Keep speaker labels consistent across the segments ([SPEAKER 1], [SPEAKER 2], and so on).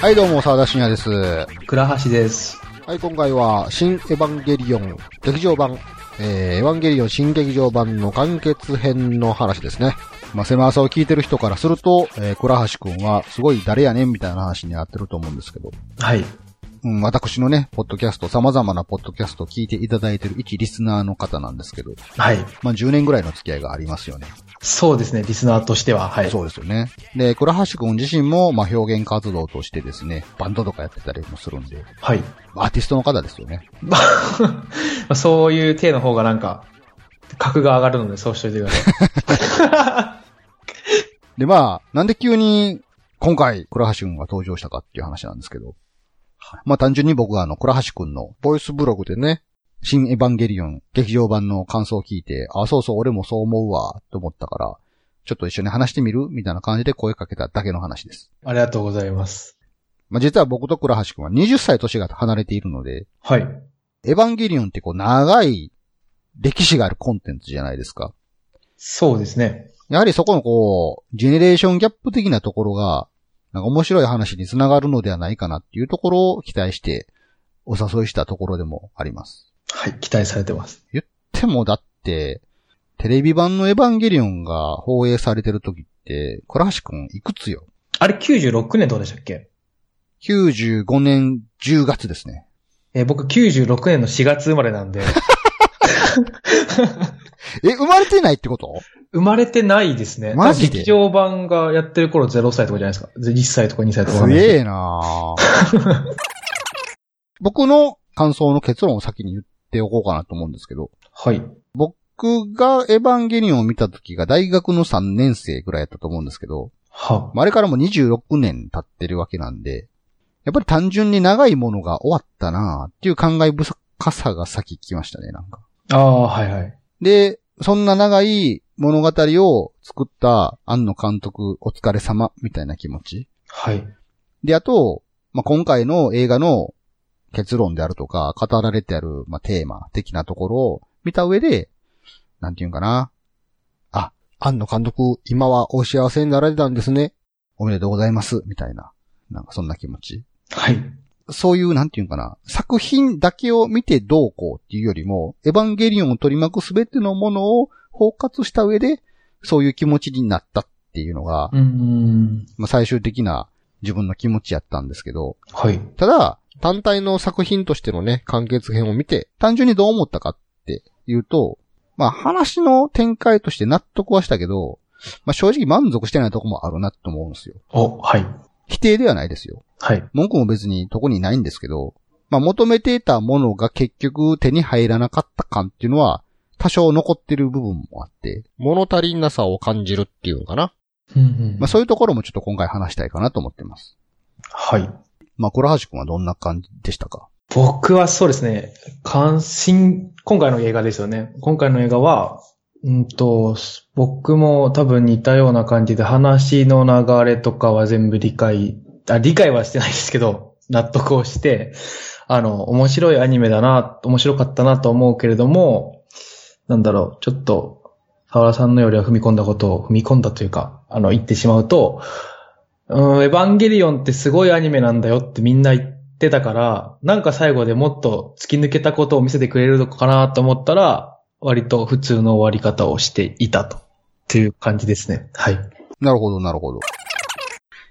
[SPEAKER 1] はい、どうも、沢田信也です。は
[SPEAKER 2] 倉橋です。
[SPEAKER 1] い、今回は、新エヴァンゲリオン劇場版、えー、エヴァンゲリオン新劇場版の完結編の話ですね。まあ、狭さを聞いてる人からすると、えー、倉橋くんは、すごい誰やねんみたいな話になってると思うんですけど、
[SPEAKER 2] はい。
[SPEAKER 1] うん、私のね、ポッドキャスト、様々なポッドキャストを聞いていただいてる一リスナーの方なんですけど、
[SPEAKER 2] はい。
[SPEAKER 1] まあ、10年ぐらいの付き合いがありますよね。
[SPEAKER 2] そうですね、リスナーとしては。はい。
[SPEAKER 1] そうですよね。で、倉橋くん自身も、まあ、表現活動としてですね、バンドとかやってたりもするんで、
[SPEAKER 2] はい。
[SPEAKER 1] アーティストの方ですよね。
[SPEAKER 2] まあそういう手の方がなんか、格が上がるので、そうしといてください。
[SPEAKER 1] で、まあ、なんで急に、今回、倉橋くんが登場したかっていう話なんですけど、まあ単純に僕があの、倉橋くんの、ボイスブログでね、新エヴァンゲリオン劇場版の感想を聞いて、あ、そうそう、俺もそう思うわ、と思ったから、ちょっと一緒に話してみるみたいな感じで声かけただけの話です。
[SPEAKER 2] ありがとうございます。
[SPEAKER 1] まあ実は僕と倉橋くんは20歳年が離れているので、
[SPEAKER 2] はい。
[SPEAKER 1] エヴァンゲリオンってこう、長い歴史があるコンテンツじゃないですか。
[SPEAKER 2] そうですね。
[SPEAKER 1] やはりそこのこう、ジェネレーションギャップ的なところが、なんか面白い話につながるのではないかなっていうところを期待して、お誘いしたところでもあります。
[SPEAKER 2] はい。期待されてます。
[SPEAKER 1] でもだって、テレビ版のエヴァンゲリオンが放映されてる時って、倉橋くんいくつよ
[SPEAKER 2] あれ、96年どうでしたっけ
[SPEAKER 1] ?95 年10月ですね。
[SPEAKER 2] えー僕、96年の4月生まれなんで、
[SPEAKER 1] え、生まれてないってこと
[SPEAKER 2] 生まれてないですね。
[SPEAKER 1] マジで
[SPEAKER 2] 劇場版がやってる頃0歳とかじゃないですか。1歳とか2歳とかわか
[SPEAKER 1] す
[SPEAKER 2] んないです
[SPEAKER 1] げ
[SPEAKER 2] け
[SPEAKER 1] えなぁ僕の感想の結論を先に言っておこうかなと思うんですけど、
[SPEAKER 2] ど。はい。
[SPEAKER 1] 僕がエヴァンゲリオンを見た時が大学の3年生ぐらいやったと思うんですけど、
[SPEAKER 2] は。
[SPEAKER 1] まああれからもう26年経ってるわけなんで、やっぱり単純に長いものが終わったなあっていう感慨深さが先来ましたね、なんか。
[SPEAKER 2] ああ、はいはい。
[SPEAKER 1] で、そんな長い物語を作った庵野監督お疲れ様みたいな気持ち。
[SPEAKER 2] はい。
[SPEAKER 1] で、あと、まあ、今回の映画の結論であるとか、語られてある、まあ、テーマ的なところを見た上で、なんていうんかな。あ、庵野監督、今はお幸せになられたんですね。おめでとうございます。みたいな。なんかそんな気持ち。
[SPEAKER 2] はい。
[SPEAKER 1] そういう、なんていうんかな。作品だけを見てどうこうっていうよりも、エヴァンゲリオンを取り巻くすべてのものを包括した上で、そういう気持ちになったっていうのが、
[SPEAKER 2] うーん。
[SPEAKER 1] まあ、最終的な自分の気持ちやったんですけど、
[SPEAKER 2] はい。
[SPEAKER 1] ただ、単体の作品としてのね、完結編を見て、単純にどう思ったかって言うと、まあ話の展開として納得はしたけど、まあ正直満足してないとこもあるなと思うんですよ。
[SPEAKER 2] お、はい。
[SPEAKER 1] 否定ではないですよ。
[SPEAKER 2] はい。
[SPEAKER 1] 文句も別に特にないんですけど、まあ求めていたものが結局手に入らなかった感っていうのは、多少残ってる部分もあって、
[SPEAKER 3] 物足りなさを感じるっていうのかな。
[SPEAKER 2] うんうん
[SPEAKER 1] まあそういうところもちょっと今回話したいかなと思ってます。
[SPEAKER 2] はい。
[SPEAKER 1] まあ倉橋くんはどんな感じでしたか
[SPEAKER 2] 僕はそうですね、関心、今回の映画ですよね。今回の映画は、うんと、僕も多分似たような感じで話の流れとかは全部理解、あ、理解はしてないですけど、納得をして、あの、面白いアニメだな、面白かったなと思うけれども、なんだろう、ちょっと、沢田さんのよりは踏み込んだことを踏み込んだというか、あの、言ってしまうと、うん、エヴァンゲリオンってすごいアニメなんだよってみんな言ってたから、なんか最後でもっと突き抜けたことを見せてくれるのかなと思ったら、割と普通の終わり方をしていたと。っていう感じですね。はい。
[SPEAKER 1] なるほど、なるほど。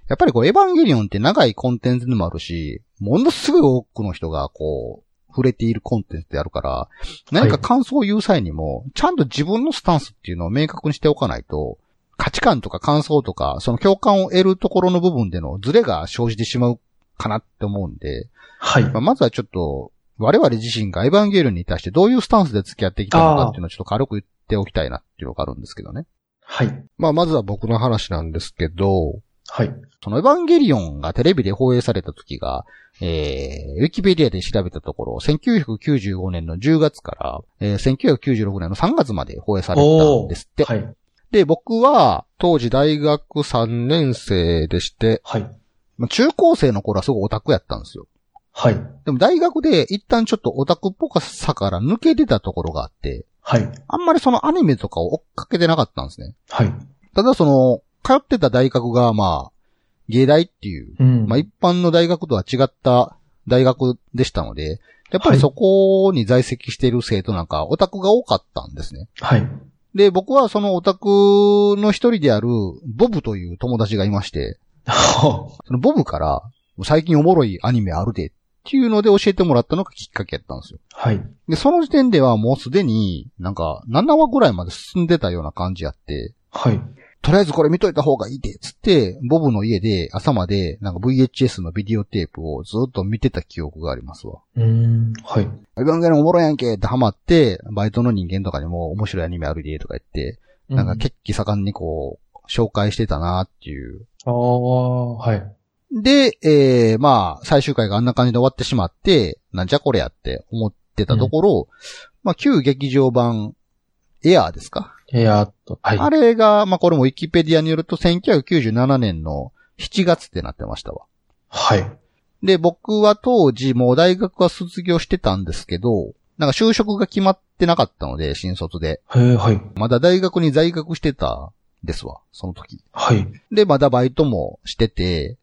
[SPEAKER 1] やっぱりこう、エヴァンゲリオンって長いコンテンツでもあるし、ものすごい多くの人がこう、触れているコンテンツであるから、何か感想を言う際にも、ちゃんと自分のスタンスっていうのを明確にしておかないと、価値観とか感想とか、その共感を得るところの部分でのズレが生じてしまうかなって思うんで、
[SPEAKER 2] はい
[SPEAKER 1] まあ、。まずはちょっと、我々自身がエヴァンゲリオンに対してどういうスタンスで付き合ってきたのかっていうのをちょっと軽く言っておきたいなっていうのがあるんですけどね。
[SPEAKER 2] はい。
[SPEAKER 3] まあ、まずは僕の話なんですけど、
[SPEAKER 2] はい。
[SPEAKER 1] そのエヴァンゲリオンがテレビで放映された時が、えー、ウィキペディアで調べたところ、1995年の10月から、えー、1996年の3月まで放映されたんですって。
[SPEAKER 2] はい。
[SPEAKER 1] で、僕は、当時大学3年生でして、
[SPEAKER 2] はい。
[SPEAKER 1] まあ中高生の頃はすごいオタクやったんですよ。
[SPEAKER 2] はい。
[SPEAKER 1] でも大学で一旦ちょっとオタクっぽさから抜けてたところがあって、
[SPEAKER 2] はい。
[SPEAKER 1] あんまりそのアニメとかを追っかけてなかったんですね。
[SPEAKER 2] はい。
[SPEAKER 1] ただその、通ってた大学がまあ、芸大っていう、
[SPEAKER 2] うん。
[SPEAKER 1] まあ、一般の大学とは違った大学でしたので、やっぱりそこに在籍している生徒なんか、オタクが多かったんですね。
[SPEAKER 2] はい。
[SPEAKER 1] で、僕はそのオタクの一人である、ボブという友達がいまして、
[SPEAKER 2] は
[SPEAKER 1] そのボブから、最近おもろいアニメあるで、っていうので教えてもらったのがきっかけやったんですよ。
[SPEAKER 2] あはい。
[SPEAKER 1] で、その時点ではもうすでに、なんか、7話ぐらいまで進んでたような感じやって、
[SPEAKER 2] はい。
[SPEAKER 1] とりあえずこれ見といた方がいいで、つって、ボブの家で朝まで、なんか VHS のビデオテープをずっと見てた記憶がありますわ。
[SPEAKER 2] うーん。はい。
[SPEAKER 1] エヴァンゲリオンおもろいやんけってハマって、バイトの人間とかにも面白いアニメあるで、とか言って、なんか
[SPEAKER 2] 結
[SPEAKER 1] 血気盛んにこう、紹介してたなっていう
[SPEAKER 2] 構。ああー、はい。
[SPEAKER 1] で、えー、まあ、最終回があんな感じで終わってしまって、なんじゃこれやって思ってたところ、まあ、旧劇場版、エアーですか、
[SPEAKER 2] えー、あと、はい。
[SPEAKER 1] あれが、まあ、これもウィキペディアによると1997年の7月ってなってましたわ。
[SPEAKER 2] はい。
[SPEAKER 1] で、僕は当時、もう大学は卒業してたんですけど、なんか就職が決まってなかったので、新卒で。
[SPEAKER 2] えー、はい。
[SPEAKER 1] まだ大学に在学してたんですわ、その時。
[SPEAKER 2] はい。
[SPEAKER 1] で、まだバイトもしてて、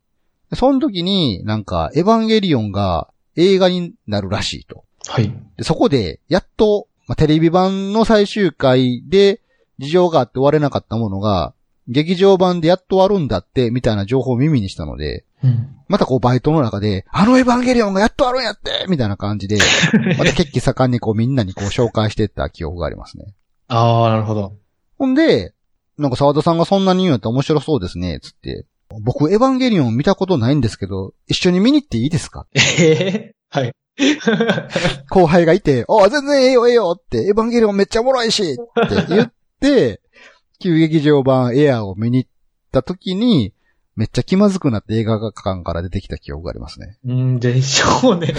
[SPEAKER 1] その時になんか、エヴァンゲリオンが映画になるらしいと。
[SPEAKER 2] はい。
[SPEAKER 1] でそこで、やっと、まあ、テレビ版の最終回で事情があって終われなかったものが、劇場版でやっと終わるんだって、みたいな情報を耳にしたので、
[SPEAKER 2] うん。
[SPEAKER 1] またこうバイトの中で、あのエヴァンゲリオンがやっとあるんやってみたいな感じで、また血気盛んにこうみんなにこう紹介してった記憶がありますね。
[SPEAKER 2] ああ、なるほど。
[SPEAKER 1] ほんで、なんか沢田さんがそんなに言うんやったら面白そうですね、つって。僕、エヴァンゲリオン見たことないんですけど、一緒に見に行っていいですか
[SPEAKER 2] ええはい。
[SPEAKER 1] 後輩がいて、あ全然ええよ、ええよって、エヴァンゲリオンめっちゃおもろいしって言って、旧劇場版エアーを見に行った時に、めっちゃ気まずくなって映画館から出てきた記憶がありますね。
[SPEAKER 2] うんでしょうね。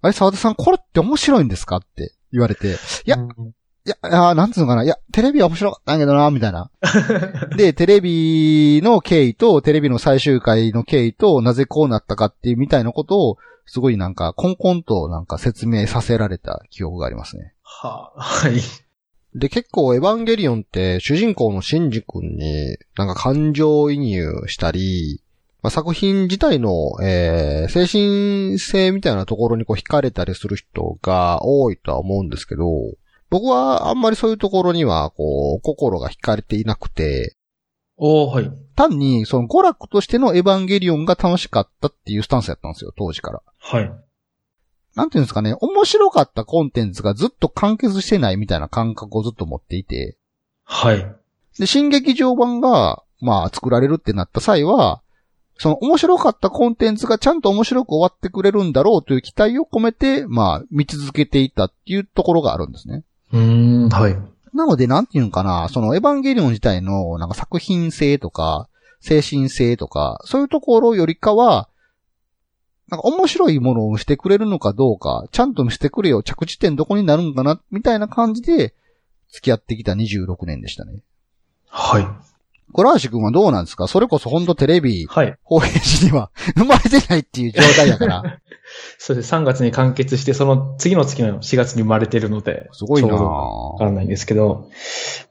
[SPEAKER 1] あれ、沢田さん、これって面白いんですかって言われて、 いや
[SPEAKER 2] うん、
[SPEAKER 1] いや、あーなんつうのかな、いや、テレビは面白かったんやけどな、みたいな。で、テレビの経緯と、テレビの最終回の経緯と、なぜこうなったかっていうみたいなことを、すごいなんか、コンコンとなんか説明させられた記憶がありますね。
[SPEAKER 2] はあ、はい。
[SPEAKER 3] で、結構エヴァンゲリオンって主人公のシンジ君になんか感情移入したり、まあ、作品自体の、えー、精神性みたいなところにこう惹かれたりする人が多いとは思うんですけど、僕はあんまりそういうところにはこう心が惹かれていなくて、
[SPEAKER 2] おおはい。
[SPEAKER 1] 単に、その娯楽としてのエヴァンゲリオンが楽しかったっていうスタンスやったんですよ、当時から。
[SPEAKER 2] はい。
[SPEAKER 1] なんていうんですかね、面白かったコンテンツがずっと完結してないみたいな感覚をずっと持っていて、
[SPEAKER 2] はい。
[SPEAKER 1] で、新劇場版が、まあ、作られるってなった際は、その面白かったコンテンツがちゃんと面白く終わってくれるんだろうという期待を込めて、まあ、見続けていたっていうところがあるんですね。
[SPEAKER 2] うーん、はい。
[SPEAKER 1] なので、なんていうのかな、そのエヴァンゲリオン自体の、なんか作品性とか、精神性とか、そういうところよりかは、なんか面白いものを見せてくれるのかどうか、ちゃんと見せてくれよ、着地点どこになるんかな、みたいな感じで、付き合ってきた26年でしたね。
[SPEAKER 2] はい。
[SPEAKER 1] 倉橋くんはどうなんですかそれこそほんとテレビ、
[SPEAKER 2] はい。
[SPEAKER 1] 放映時には 生まれてないっていう状態だ から。
[SPEAKER 2] それで3月に完結して、その次の月の4月に生まれてるので、
[SPEAKER 1] すごいな
[SPEAKER 2] ちょうどわか
[SPEAKER 1] ぁ。
[SPEAKER 2] らないんですけど、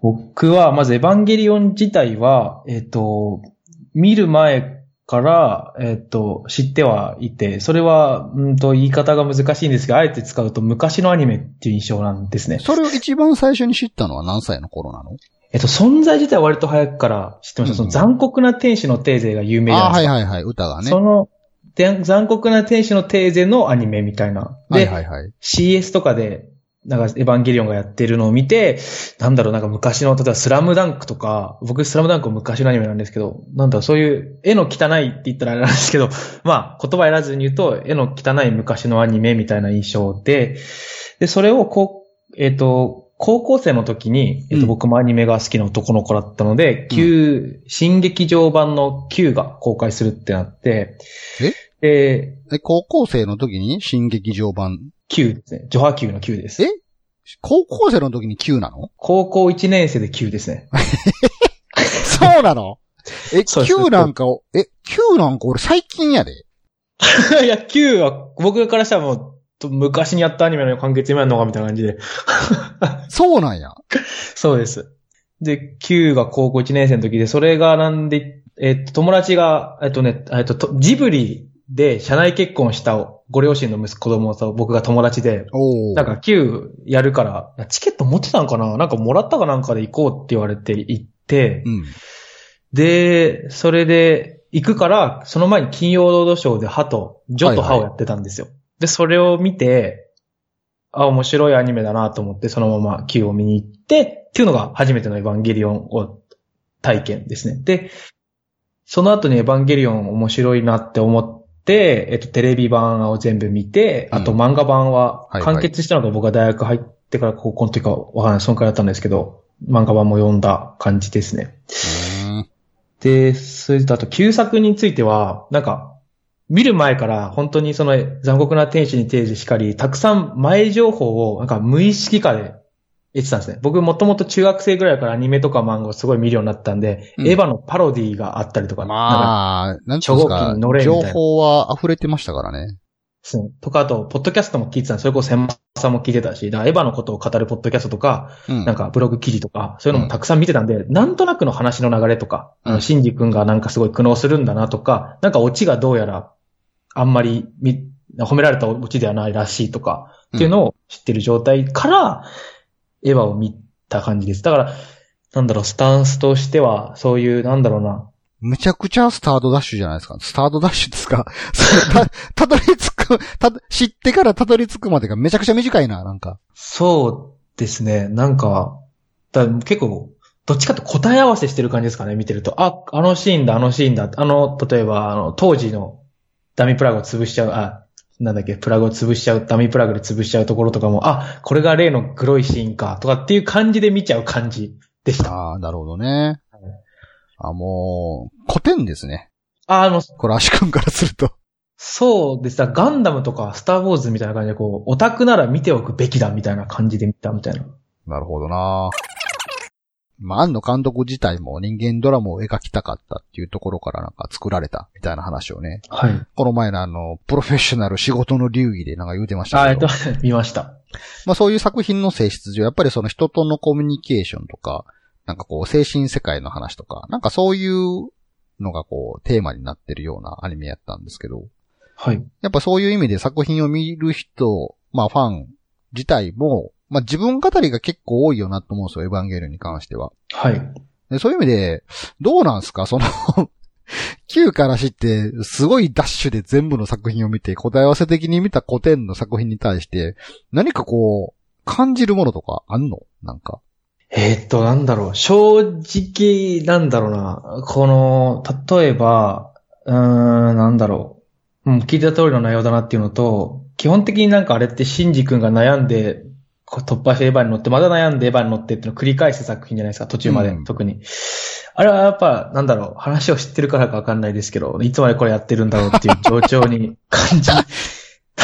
[SPEAKER 2] 僕は、まずエヴァンゲリオン自体は、えっ、と、見る前から、えっ、と、知ってはいて、それは、うんと、言い方が難しいんですが、あえて使うと昔のアニメっていう印象なんですね。
[SPEAKER 1] それを一番最初に知ったのは何歳の頃なの
[SPEAKER 2] えっ、と、存在自体は割と早くから知ってました。
[SPEAKER 1] うん
[SPEAKER 2] その残酷な天使のテーゼが有名じゃない
[SPEAKER 1] あ
[SPEAKER 2] で
[SPEAKER 1] ー
[SPEAKER 2] すか。
[SPEAKER 1] はいはいはい、歌がね。
[SPEAKER 2] その、で残酷な天使のテーゼのアニメみたいな。で、
[SPEAKER 1] はいはいはい。
[SPEAKER 2] CS とかで、なんか、エヴァンゲリオンがやってるのを見て、なんだろう、なんか昔の、例えばスラムダンクとか、僕スラムダンクも昔のアニメなんですけど、なんだろう、そういう絵の汚いって言ったらあれなんですけど、 まあ、言葉選ばずに言うと、絵の汚い昔のアニメみたいな印象で、で、それをこう、えっ、と、高校生の時に、えっ、
[SPEAKER 1] う
[SPEAKER 2] と、
[SPEAKER 1] ん
[SPEAKER 2] 僕もアニメが好きな男の子だったので、旧、新劇場版の Q が公開するってなって、で、
[SPEAKER 1] え、高校生の時に新劇場版、
[SPEAKER 2] Q ですね。ジョハ Q の Q です。
[SPEAKER 1] え高校生の時に9なの
[SPEAKER 2] 高校1年生で9ですね。
[SPEAKER 1] そうなのえ、
[SPEAKER 2] そうです
[SPEAKER 1] 9なんかを、え、9なんか俺最近やで。
[SPEAKER 2] いや、9は僕からしたらもうと、昔にやったアニメの完結今やんのかみたいな感じで。
[SPEAKER 1] そうなんや。
[SPEAKER 2] そうです。で、9が高校1年生の時で、それがなんで、えっと、友達が、えっとね、えっとと、ジブリで社内結婚したご両親の息子子供と僕が友達で、
[SPEAKER 1] お
[SPEAKER 2] なんか、旧やるから、チケット持ってたんかななんかもらったかなんかで行こうって言われて行って、
[SPEAKER 1] うん。
[SPEAKER 2] で、それで行くから、その前に金曜ロードショーで歯と、ジョと歯をやってたんですよ。で、それを見て、あ、面白いアニメだなと思って、そのまま Q を見に行って、っていうのが初めてのエヴァンゲリオンを体験ですね。で、その後にエヴァンゲリオン面白いなって思って、えっと、テレビ版を全部見て、あと
[SPEAKER 1] うん
[SPEAKER 2] 漫画版は
[SPEAKER 1] はいはい
[SPEAKER 2] 完結したのが僕が大学入ってから高校の時かわからない、そんくらいだったんですけど、漫画版も読んだ感じですね。
[SPEAKER 1] うん
[SPEAKER 2] で、それとあと旧作については、なんか、見る前から本当にその残酷な天使に定時しかり、たくさん前情報をなんか無意識化で得てたんですね。僕もともと中学生ぐらいからアニメとか漫画をすごい見るようになったんで、
[SPEAKER 1] うん
[SPEAKER 2] エヴァのパロディがあったりとか、なんか
[SPEAKER 1] まあ、なんちゅうんです
[SPEAKER 2] 初号機
[SPEAKER 1] か
[SPEAKER 2] に乗れ、みたい
[SPEAKER 1] 情
[SPEAKER 2] な
[SPEAKER 1] 報は溢れてましたからね。
[SPEAKER 2] そうとかあと、ポッドキャストも聞いてたんでそれこそ千正さんも聞いてたし、だからエヴァのことを語るポッドキャストとか、
[SPEAKER 1] うん。
[SPEAKER 2] なんかブログ記事とか、そういうのもたくさん見てたんで、なんとなくの話の流れとか、あ
[SPEAKER 1] う
[SPEAKER 2] の、
[SPEAKER 1] ん
[SPEAKER 2] シンジ君がなんかすごい苦悩するんだなとか、なんかオチがどうやら、あんまりみ、褒められたオチではないらしいとか、っていうのを知ってる状態から、エヴァを見た感じです。だから、なんだろう、スタンスとしては、そういう、なんだろうな、
[SPEAKER 1] めちゃくちゃスタートダッシュじゃないですか。スタートダッシュですか それた、たどり着く、た、知ってからたどり着くまでがめちゃくちゃ短いな、なんか。
[SPEAKER 2] そうですね。なんか、だ結構、どっちかって答え合わせしてる感じですかね、見てると。あ、あのシーンだ、あのシーンだ。あの、例えば、あの、当時のダミープラグを潰しちゃう、あ、なんだっけ、プラグを潰しちゃう、ダミープラグで潰しちゃうところとかも、あ、これが例の黒いシーンか、とかっていう感じで見ちゃう感じでした。
[SPEAKER 1] ああ、なるほどね。あ、もう、古典ですね。
[SPEAKER 2] あ、あの、
[SPEAKER 1] これ、アシ君からすると。
[SPEAKER 2] そうですね。ガンダムとかスターウォーズみたいな感じで、こう、オタクなら見ておくべきだ、みたいな感じで見た、みたいな。
[SPEAKER 1] なるほどなまあ、庵野監督自体も人間ドラマを描きたかったっていうところからなんか作られたみたいな話をね。
[SPEAKER 2] はい。
[SPEAKER 1] この前のあの、プロフェッショナル仕事の流儀でなんか言うてましたけど。
[SPEAKER 2] あ、えっと、 見ました。
[SPEAKER 1] まあそういう作品の性質上、やっぱりその人とのコミュニケーションとか、なんかこう精神世界の話とか、なんかそういうのがこうテーマになってるようなアニメやったんですけど、
[SPEAKER 2] はい。
[SPEAKER 1] やっぱそういう意味で作品を見る人、まあファン自体も、まあ自分語りが結構多いよなと思うんですよ、エヴァンゲリオンに関しては。
[SPEAKER 2] はい。
[SPEAKER 1] でそういう意味で、どうなんすかその、 旧から知って、すごいダッシュで全部の作品を見て、答え合わせ的に見た古典の作品に対して、何かこう、感じるものとかあんのなんか。
[SPEAKER 2] えーっと、なんだろう。正直、なんだろうな。この、例えば、うーん、なんだろう。うん、聞いた通りの内容だなっていうのと、基本的になんかあれって、シンジ君が悩んで、こう突破してエヴァに乗って、また悩んでエヴァに乗ってっていうのを繰り返す作品じゃないですか、途中まで、
[SPEAKER 1] うん
[SPEAKER 2] 特に。あれはやっぱ、なんだろう、話を知ってるからかわかんないですけど、いつまでこれやってるんだろうっていう状況に感じた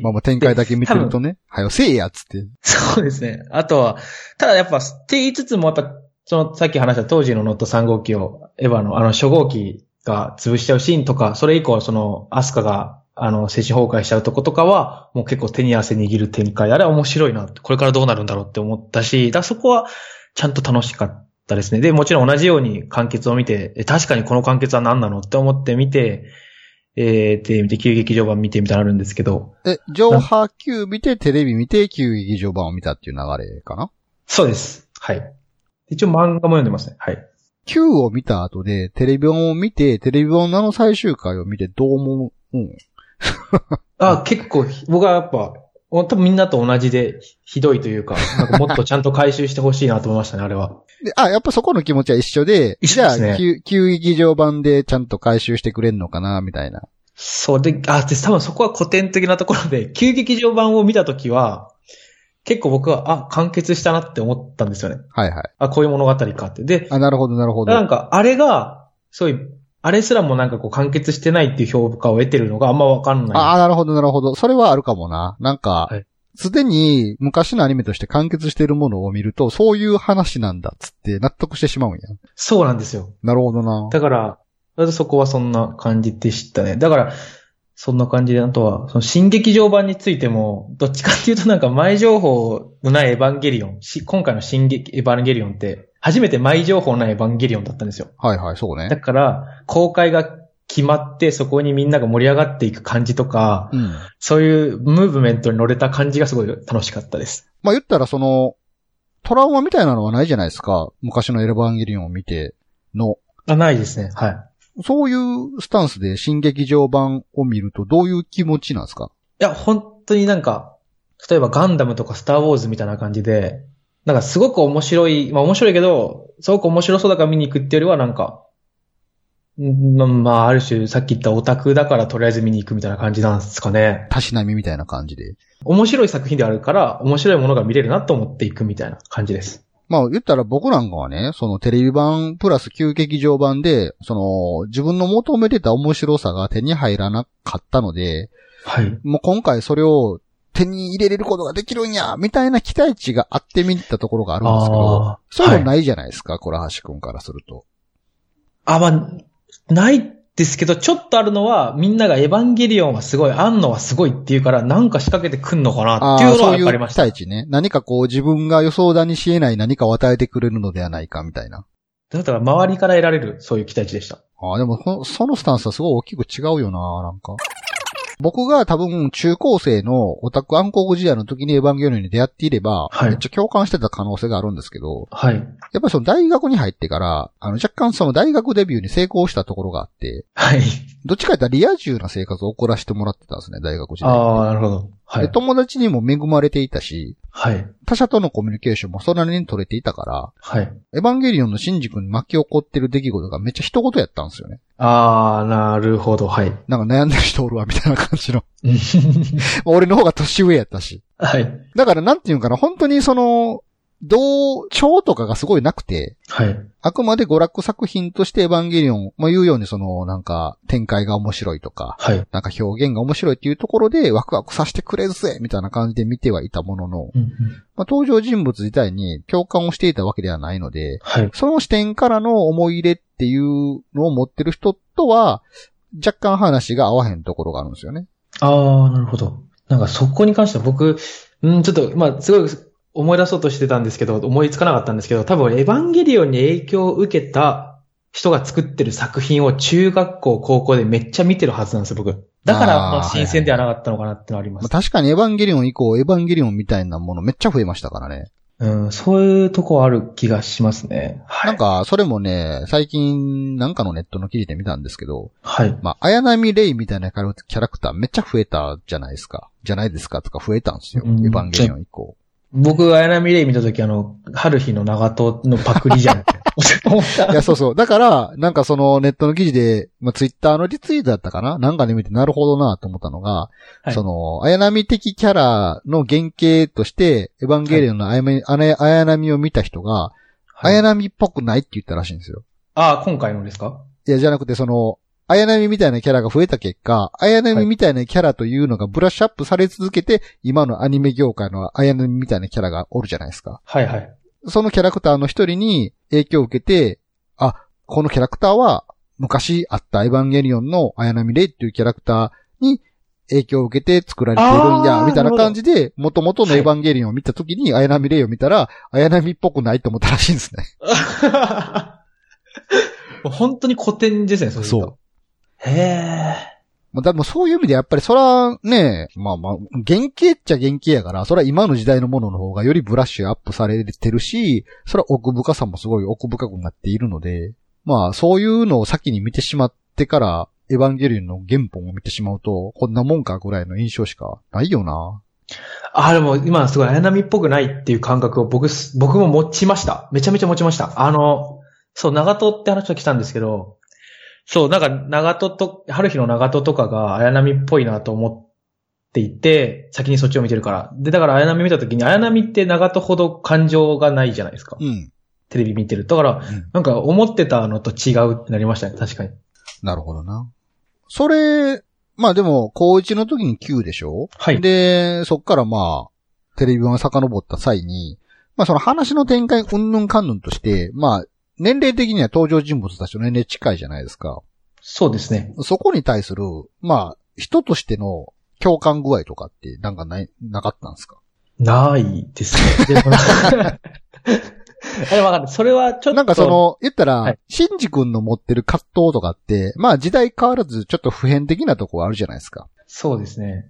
[SPEAKER 1] まあまあ展開だけ見てるとね、はよせえやっつって。
[SPEAKER 2] そうですね。あとは、ただやっぱ、って言いつつも、やっぱ、その、さっき話した当時のノット3号機を、エヴァのあの初号機が潰しちゃうシーンとか、それ以降、その、アスカが、あの、精神崩壊しちゃうとことかは、もう結構手に汗握る展開。あれは面白いな。これからどうなるんだろうって思ったし、だからそこは、ちゃんと楽しかったですね。で、もちろん同じように完結を見て、え確かにこの完結は何なのって思って見て、えー、で、見て、急劇場版見てみたいなのあるんですけど、
[SPEAKER 1] え、上波9見て、テレビ見て、旧劇場版を見たっていう流れかな
[SPEAKER 2] そうです。はい。一応漫画も読んでますね。はい。
[SPEAKER 1] 旧を見た後で、テレビ版を見て、テレビ版のあの最終回を見て、どう思ううん。
[SPEAKER 2] あ、結構ひ、僕はやっぱ、お多分みんなと同じでひひどいというか、なんかもっとちゃんと回収してほしいなと思いましたね、あれは。
[SPEAKER 1] で、あ、やっぱそこの気持ちは一緒で、
[SPEAKER 2] 一緒ですね
[SPEAKER 1] じゃあ、旧旧劇場版でちゃんと回収してくれんのかな、みたいな。
[SPEAKER 2] そうで、あ、で、多分そこは古典的なところで、 急劇場版を見たときは、結構僕は、あ、完結したなって思ったんですよね。
[SPEAKER 1] はいはい。
[SPEAKER 2] あ、こういう物語かって。で、
[SPEAKER 1] あ、なるほど、なるほ
[SPEAKER 2] な
[SPEAKER 1] ど。
[SPEAKER 2] んか、あれが、そういう、あれすらもなんかこう完結してないっていう評価を得てるのがあんまわかんない。
[SPEAKER 1] あ、なるほど、なるほど。それはあるかもな。なんか
[SPEAKER 2] はい、
[SPEAKER 1] す、で、に昔のアニメとして完結してるものを見ると、そういう話なんだっつって納得してしまうんや。
[SPEAKER 2] そうなんですよ。
[SPEAKER 1] なるほどな。
[SPEAKER 2] だから、そこはそんな感じでしたね。だから、そんな感じで、あとは、その新劇場版についても、どっちかっていうとなんか前情報のないエヴァンゲリオン、し今回の新劇エヴァンゲリオンって、初めて前情報ないエヴァンゲリオンだったんですよ。
[SPEAKER 1] はいはい、そう
[SPEAKER 2] だ
[SPEAKER 1] ね。
[SPEAKER 2] から、公開が決まって、そこにみんなが盛り上がっていく感じとか、
[SPEAKER 1] うん。
[SPEAKER 2] そういうムーブメントに乗れた感じがすごい楽しかったです。
[SPEAKER 1] まあ言ったらその、トラウマみたいなのはないじゃないですか。昔のエヴァンゲリオンを見ての。
[SPEAKER 2] あ、ないですね。はい。
[SPEAKER 1] そういうスタンスで新劇場版を見るとどういう気持ちなんですか
[SPEAKER 2] いや、本当になんか、例えばガンダムとかスターウォーズみたいな感じで、なんかすごく面白い、まあ面白いけど、すごく面白そうだから見に行くっていうよりはなんか、んままあある種さっき言ったオタクだからとりあえず見に行くみたいな感じなんですかね。
[SPEAKER 1] たしなみみたいな感じで。
[SPEAKER 2] 面白い作品であるから、面白いものが見れるなと思っていくみたいな感じです。
[SPEAKER 1] まあ言ったら僕なんかはね、そのテレビ版プラス旧劇場版で、その自分の求めてた面白さが手に入らなかったので、
[SPEAKER 2] はい。
[SPEAKER 1] もう今回それを手に入れれることができるんやみたいな期待値があって見に行ったところがあるんですけど、
[SPEAKER 2] あ
[SPEAKER 1] そういう
[SPEAKER 2] はい
[SPEAKER 1] のないじゃないですか、これ橋くんからすると。
[SPEAKER 2] あ、まあ、ないですけど、ちょっとあるのは、みんながエヴァンゲリオンはすごい、あんのはすごいっていうから、なんか仕掛けてくんのかなっていうの
[SPEAKER 1] そ
[SPEAKER 2] は
[SPEAKER 1] うい
[SPEAKER 2] 分
[SPEAKER 1] う
[SPEAKER 2] かりまし
[SPEAKER 1] 期
[SPEAKER 2] た。
[SPEAKER 1] 待値ね。何かこう自分が予想だにし得ない何かを与えてくれるのではないかみたいな。
[SPEAKER 2] だったら周りから得られる、そういう期待値でした。
[SPEAKER 1] ああ、でもそそのスタンスはすごい大きく違うよな、なんか。僕が多分中高生のオタク暗黒時代の時にエヴァンゲリオンに出会っていれば、
[SPEAKER 2] はい
[SPEAKER 1] めっちゃ共感してた可能性があるんですけど、
[SPEAKER 2] はい。
[SPEAKER 1] やっぱりその大学に入ってから、あの若干その大学デビューに成功したところがあって、
[SPEAKER 2] はい。
[SPEAKER 1] どっちかというとリア充な生活を送らせてもらってたんですね、大学時代。
[SPEAKER 2] ああ、なるほど。は
[SPEAKER 1] で
[SPEAKER 2] い。
[SPEAKER 1] 友達にも恵まれていたし、
[SPEAKER 2] はい。
[SPEAKER 1] 他者とのコミュニケーションもそれなりに取れていたから、
[SPEAKER 2] はい。
[SPEAKER 1] エヴァンゲリオンのシンジ君に巻き起こってる出来事がめっちゃ一言やったんですよね。
[SPEAKER 2] ああ、なるほど。 はい。
[SPEAKER 1] なんか悩んでる人おるわ、みたいな感じの。まあ俺の方が年上やったし。
[SPEAKER 2] はい。
[SPEAKER 1] だからなんていうんかな、本当にその、同調とかがすごいなくて、
[SPEAKER 2] はい。
[SPEAKER 1] あくまで娯楽作品としてエヴァンゲリオン、まあ言うようにその、なんか展開が面白いとか、
[SPEAKER 2] はい。
[SPEAKER 1] なんか表現が面白いっていうところでワクワクさせてくれるぜみたいな感じで見てはいたものの、
[SPEAKER 2] うんうん
[SPEAKER 1] まあ登場人物自体に共感をしていたわけではないので、
[SPEAKER 2] はい。
[SPEAKER 1] その視点からの思い入れっていうのを持ってる人とは、若干話が合わへんところがあるんですよね。
[SPEAKER 2] ああ、なるほど。なんかそこに関しては僕、うん、ちょっと、まあ、すごい思い出そうとしてたんですけど、思いつかなかったんですけど、多分、エヴァンゲリオンに影響を受けた人が作ってる作品を中学校、高校でめっちゃ見てるはずなんですよ、僕。だから、
[SPEAKER 1] あー
[SPEAKER 2] まあ、新鮮ではなかったのかなってのはありま
[SPEAKER 1] まあ、
[SPEAKER 2] す。
[SPEAKER 1] 確かにエヴァンゲリオン以降、エヴァンゲリオンみたいなものめっちゃ増えましたからね。
[SPEAKER 2] うん、そういうとこはある気がしますね。はい。
[SPEAKER 1] なんか、それもね、最近なんかのネットの記事で見たんですけど、
[SPEAKER 2] はい。
[SPEAKER 1] まあ、綾波レイみたいなキャラクターめっちゃ増えたじゃないですか。じゃないですかとか増えたんですよ。エ
[SPEAKER 2] うん
[SPEAKER 1] ヴァンゲリオン以降。
[SPEAKER 2] 僕、綾波レイ見たとき、あの、春日の長門のパクリじゃん って思った。
[SPEAKER 1] いや、そうそう。だから、なんかそのネットの記事で、まあ、ツイッターのリツイートだったかななんかで見て、なるほどなと思ったのが、
[SPEAKER 2] はい
[SPEAKER 1] その、綾波的キャラの原型として、エヴァンゲリオンの綾波、あや綾波を見た人が、
[SPEAKER 2] はい
[SPEAKER 1] 綾波っぽくないって言ったらしいんですよ。
[SPEAKER 2] ああ、今回のですか
[SPEAKER 1] いや、じゃなくて、その、綾波みたいなキャラが増えた結果、綾波みたいなキャラというのがブラッシュアップされ続けて、今のアニメ業界の綾波みたいなキャラがおるじゃないですか。
[SPEAKER 2] はいはい。
[SPEAKER 1] そのキャラクターの一人に影響を受けて、あ、このキャラクターは昔あったエヴァンゲリオンの綾波レイっていうキャラクターに影響を受けて作られているん
[SPEAKER 2] あ
[SPEAKER 1] や、
[SPEAKER 2] ー
[SPEAKER 1] みたいな感じで、元々のエヴァンゲリオンを見た時に綾波レイを見たら、綾波っぽくないと思ったらしいんですね。
[SPEAKER 2] もう本当に古典ですね、そうすると。へえ。
[SPEAKER 1] まあ、だもうそういう意味でやっぱりそらね、まあまあ、原型っちゃ原型やから、そら今の時代のものの方がよりブラッシュアップされてるし、そら奥深さもすごい奥深くなっているので、まあそういうのを先に見てしまってから、エヴァンゲリオンの原本を見てしまうと、こんなもんかぐらいの印象しかないよな。
[SPEAKER 2] あ、でも今すごい綾波っぽくないっていう感覚を僕す、僕も持ちました。めちゃめちゃ持ちました。あの、そう、長門って話が来たんですけど、そう、なんか長門と、春日の長門とかが綾波っぽいなと思っていて、先にそっちを見てるから。で、だから綾波見た時に、綾波って長門ほど感情がないじゃないですか。
[SPEAKER 1] うん。
[SPEAKER 2] テレビ見てると。だから、
[SPEAKER 1] うん
[SPEAKER 2] なんか思ってたのと違うってなりましたね、確かに。
[SPEAKER 1] なるほどな。それ、まあでも、高一の時に9でしょ
[SPEAKER 2] はい。
[SPEAKER 1] で、そっからまあ、テレビ版を遡った際に、まあその話の展開、うんぬんかんぬんとして、まあ、年齢的には登場人物たちの年齢近いじゃないですか。
[SPEAKER 2] そうですね。
[SPEAKER 1] そこに対する、まあ、人としての共感具合とかってなんかない、なかったんですか
[SPEAKER 2] ないですね。でもなえ、わかんない。それはちょっと。
[SPEAKER 1] なんかそ、の、言ったら、
[SPEAKER 2] はい
[SPEAKER 1] シンジ君の持ってる葛藤とかって、まあ時代変わらずちょっと普遍的なとこはあるじゃないですか。
[SPEAKER 2] そうですね。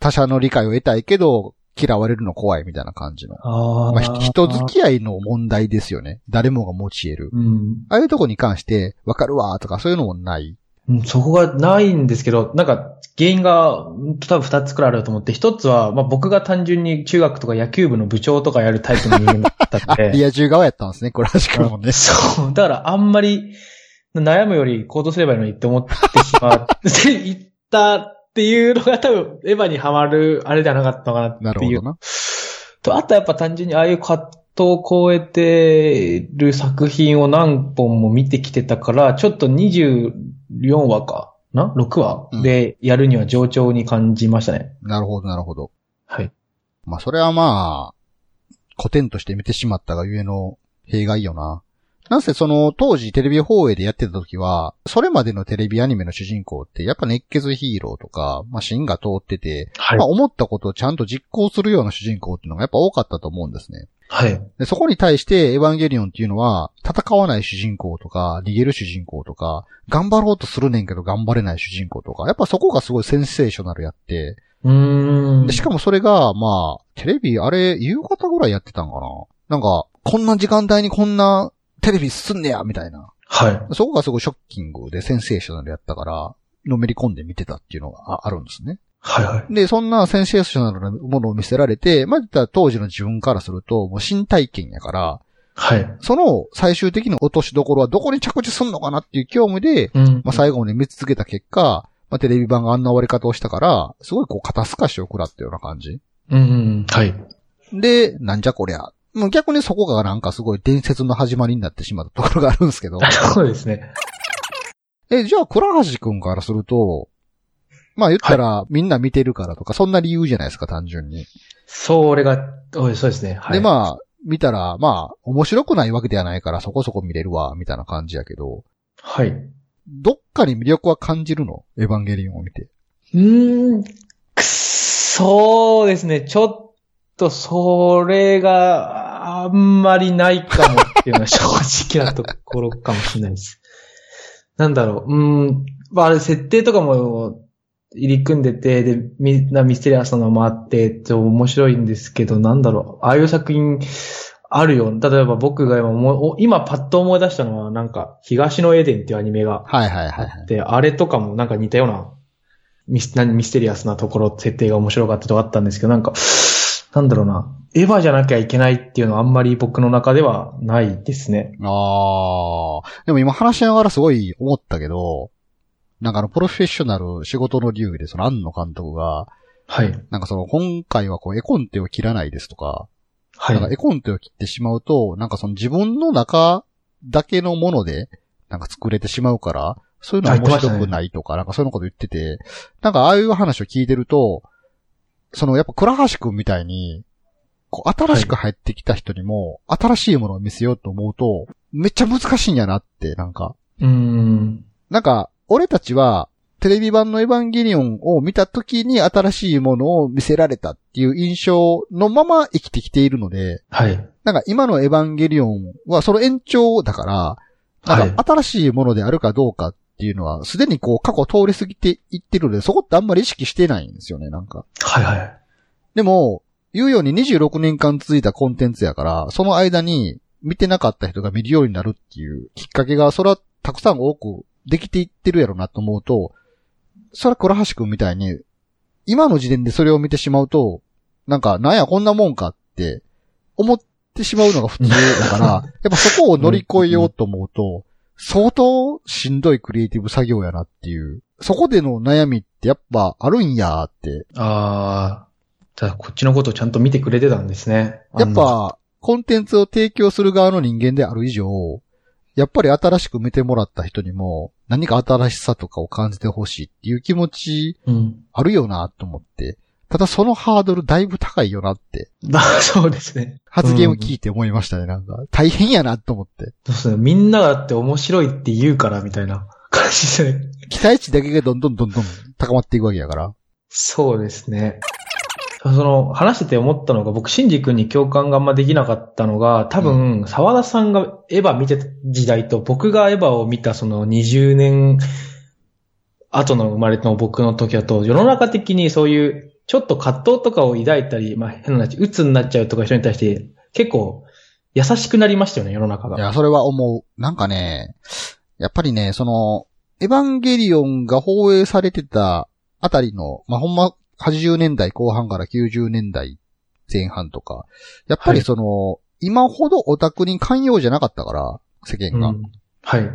[SPEAKER 1] 他者の理解を得たいけど、嫌われるの怖いみたいな感じの。
[SPEAKER 2] ああ。
[SPEAKER 1] まあ、ひ人付き合いの問題ですよね。誰もが持ち得る。
[SPEAKER 2] うん。
[SPEAKER 1] ああいうとこに関して、わかるわとかそういうのもない。
[SPEAKER 2] うんそこがないんですけど、なんか原因がうん多分二つくらいあると思って、一つは、まあ僕が単純に中学とか野球部の部長とかやるタイプの人間だった
[SPEAKER 1] あ、
[SPEAKER 2] んで。
[SPEAKER 1] リア充側やったんですね、倉橋君もね。
[SPEAKER 2] そう。だからあんまり悩むより行動すればいいのにって思ってし まって、いったっていうのが多分エヴァにはまるあれじゃなかったのかな
[SPEAKER 1] な
[SPEAKER 2] っ
[SPEAKER 1] る
[SPEAKER 2] て
[SPEAKER 1] ほ
[SPEAKER 2] い
[SPEAKER 1] ど
[SPEAKER 2] う。
[SPEAKER 1] な。
[SPEAKER 2] と、あとやっぱ単純にああいう葛藤を超えてる作品を何本も見てきてたから、ちょっと24話かな ?6 話、
[SPEAKER 1] うん
[SPEAKER 2] でやるには上調に感じましたね。
[SPEAKER 1] なるほど、なるほど。
[SPEAKER 2] はい。
[SPEAKER 1] まあ、それはまあ、古典として見てしまったがゆえの弊害よな。なんせその当時テレビ放映でやってた時は、それまでのテレビアニメの主人公ってやっぱ熱血ヒーローとか、まあ芯が通ってて、
[SPEAKER 2] はい
[SPEAKER 1] まあ思ったことをちゃんと実行するような主人公っていうのがやっぱ多かったと思うんですね。
[SPEAKER 2] はい。
[SPEAKER 1] で、そこに対してエヴァンゲリオンっていうのは、戦わない主人公とか、逃げる主人公とか、頑張ろうとするねんけど頑張れない主人公とか、やっぱそこがすごいセンセーショナルやって、
[SPEAKER 2] うーん。
[SPEAKER 1] で、しかもそれが、まあ、テレビ、あれ、夕方ぐらいやってたんかななんか、こんな時間帯にこんなテレビすんねや、みたいな。
[SPEAKER 2] はい。
[SPEAKER 1] そこがすごいショッキングでセンセーショナルやったから、のめり込んで見てたっていうのがああるんですね。
[SPEAKER 2] はいはい。
[SPEAKER 1] で、そんなセンセーショナルなものを見せられて、まあ、言ったら当時の自分からすると、もう新体験やから、
[SPEAKER 2] はい。
[SPEAKER 1] その最終的な落としどころはどこに着地すんのかなっていう興味で、
[SPEAKER 2] うん。
[SPEAKER 1] まあ、最後まで見続けた結果、まあ、テレビ版があんな終わり方をしたから、すごいこう肩透かしを食らったような感じ。
[SPEAKER 2] うんう ん。はい。
[SPEAKER 1] で、なんじゃこりゃ。もう逆にそこがなんかすごい伝説の始まりになってしまったところがあるんです けど。
[SPEAKER 2] そうですね。
[SPEAKER 1] え、じゃあ倉橋くんからすると、まあ言ったらみんな見てるからとか、そんな理由じゃないですか、単純に。
[SPEAKER 2] それが、おいそうですね。はい。
[SPEAKER 1] で、まあ、見たら、まあ、面白くないわけではないから、そこそこ見れるわ、みたいな感じやけど、
[SPEAKER 2] はい。
[SPEAKER 1] どっかに魅力は感じるのエヴァンゲリオンを見て。
[SPEAKER 2] うーん、くっそうですね。ちょっと、それがあんまりないかもっていうのは正直なところかもしれないです。 なんだろう。うーん、まあ、あれ、設定とかも入り組んでて、で、みんなミステリアスなのもあって、ちょっと面白いんですけど、なんだろう。ああいう作品、あるよ。例えば僕が今思い、お今パッと思い出したのは、なんか、東のエデンっていうアニメが
[SPEAKER 1] はいはいはいはい。
[SPEAKER 2] で、あれとかもなんか似たようなミス何ミステリアスなところ、設定が面白かったとかあったんですけど、なんか、なんだろうな。エヴァじゃなきゃいけないっていうのはあんまり僕の中ではないですね。
[SPEAKER 1] ああ。でも今話しながらすごい思ったけど、なんかあの、プロフェッショナル仕事の流儀で、その、庵野監督が、
[SPEAKER 2] はい。
[SPEAKER 1] なんかその、今回はこう、絵コンテを切らないですとか、
[SPEAKER 2] は
[SPEAKER 1] なんか
[SPEAKER 2] い。
[SPEAKER 1] 絵コンテを切ってしまうと、なんかその自分の中だけのもので、なんか作れてしまうから、そういうのは面白くないとか、なんかそういうこと言ってて、なんかああいう話を聞いてると、そのやっぱ倉橋くんみたいに、こう新しく入ってきた人にも、新しいものを見せようと思うと、めっちゃ難しいんやなって、なんか、
[SPEAKER 2] うーん。
[SPEAKER 1] なんか、俺たちは、テレビ版のエヴァンゲリオンを見た時に新しいものを見せられたっていう印象のまま生きてきているので、
[SPEAKER 2] はい。
[SPEAKER 1] なんか今のエヴァンゲリオンはその延長だから、
[SPEAKER 2] は
[SPEAKER 1] なん
[SPEAKER 2] い。
[SPEAKER 1] か新しいものであるかどうかっていうのは、すでにこう過去通り過ぎていってるので、そこってあんまり意識してないんですよね、なんか。
[SPEAKER 2] はいはい。
[SPEAKER 1] でも、言うように26年間続いたコンテンツやから、その間に見てなかった人が見るようになるっていうきっかけが、それはたくさん多くできていってるやろなと思うと、それは倉橋くんみたいに、今の時点でそれを見てしまうと、なんか、なんやこんなもんかって思ってしまうのが普通だから、やっぱそこを乗り越えようと思うと、相当しんどいクリエイティブ作業やなっていう、そこでの悩みってやっぱあるんやーって
[SPEAKER 2] あー。じゃあ、こっちのことをちゃんと見てくれてたんですね。
[SPEAKER 1] やっ
[SPEAKER 2] あの、
[SPEAKER 1] ぱ、コンテンツを提供する側の人間である以上、やっぱり新しく見てもらった人にも、何か新しさとかを感じてほしいっていう気持ち、
[SPEAKER 2] うん。
[SPEAKER 1] あるよなと思って。ただそのハードルだいぶ高いよなって、
[SPEAKER 2] だそうですね。
[SPEAKER 1] 発言を聞いて思いましたね、なんか。大変やなと思って。
[SPEAKER 2] そうですね。みんながだって面白いって言うからみたいな感じですね。
[SPEAKER 1] 期待値だけがどんどんどんどん高まっていくわけやから。
[SPEAKER 2] そうですね。その、話してて思ったのが、僕、シンジ君に共感があんまできなかったのが、多分、沢田さんがエヴァ見てた時代と、僕がエヴァを見たその20年後の生まれの僕の時だと、世の中的にそういう、ちょっと葛藤とかを抱いたり、まあ、変な話、鬱になっちゃうとか人に対して、結構、優しくなりましたよね、世の中
[SPEAKER 1] いや、
[SPEAKER 2] が。
[SPEAKER 1] それは思う。なんかね、やっぱりね、その、エヴァンゲリオンが放映されてたあたりの、まあ、ほんま、80年代後半から90年代前半とか、やっぱりその、今ほどオタクに寛容じゃなかったから、世間が。
[SPEAKER 2] うんはい。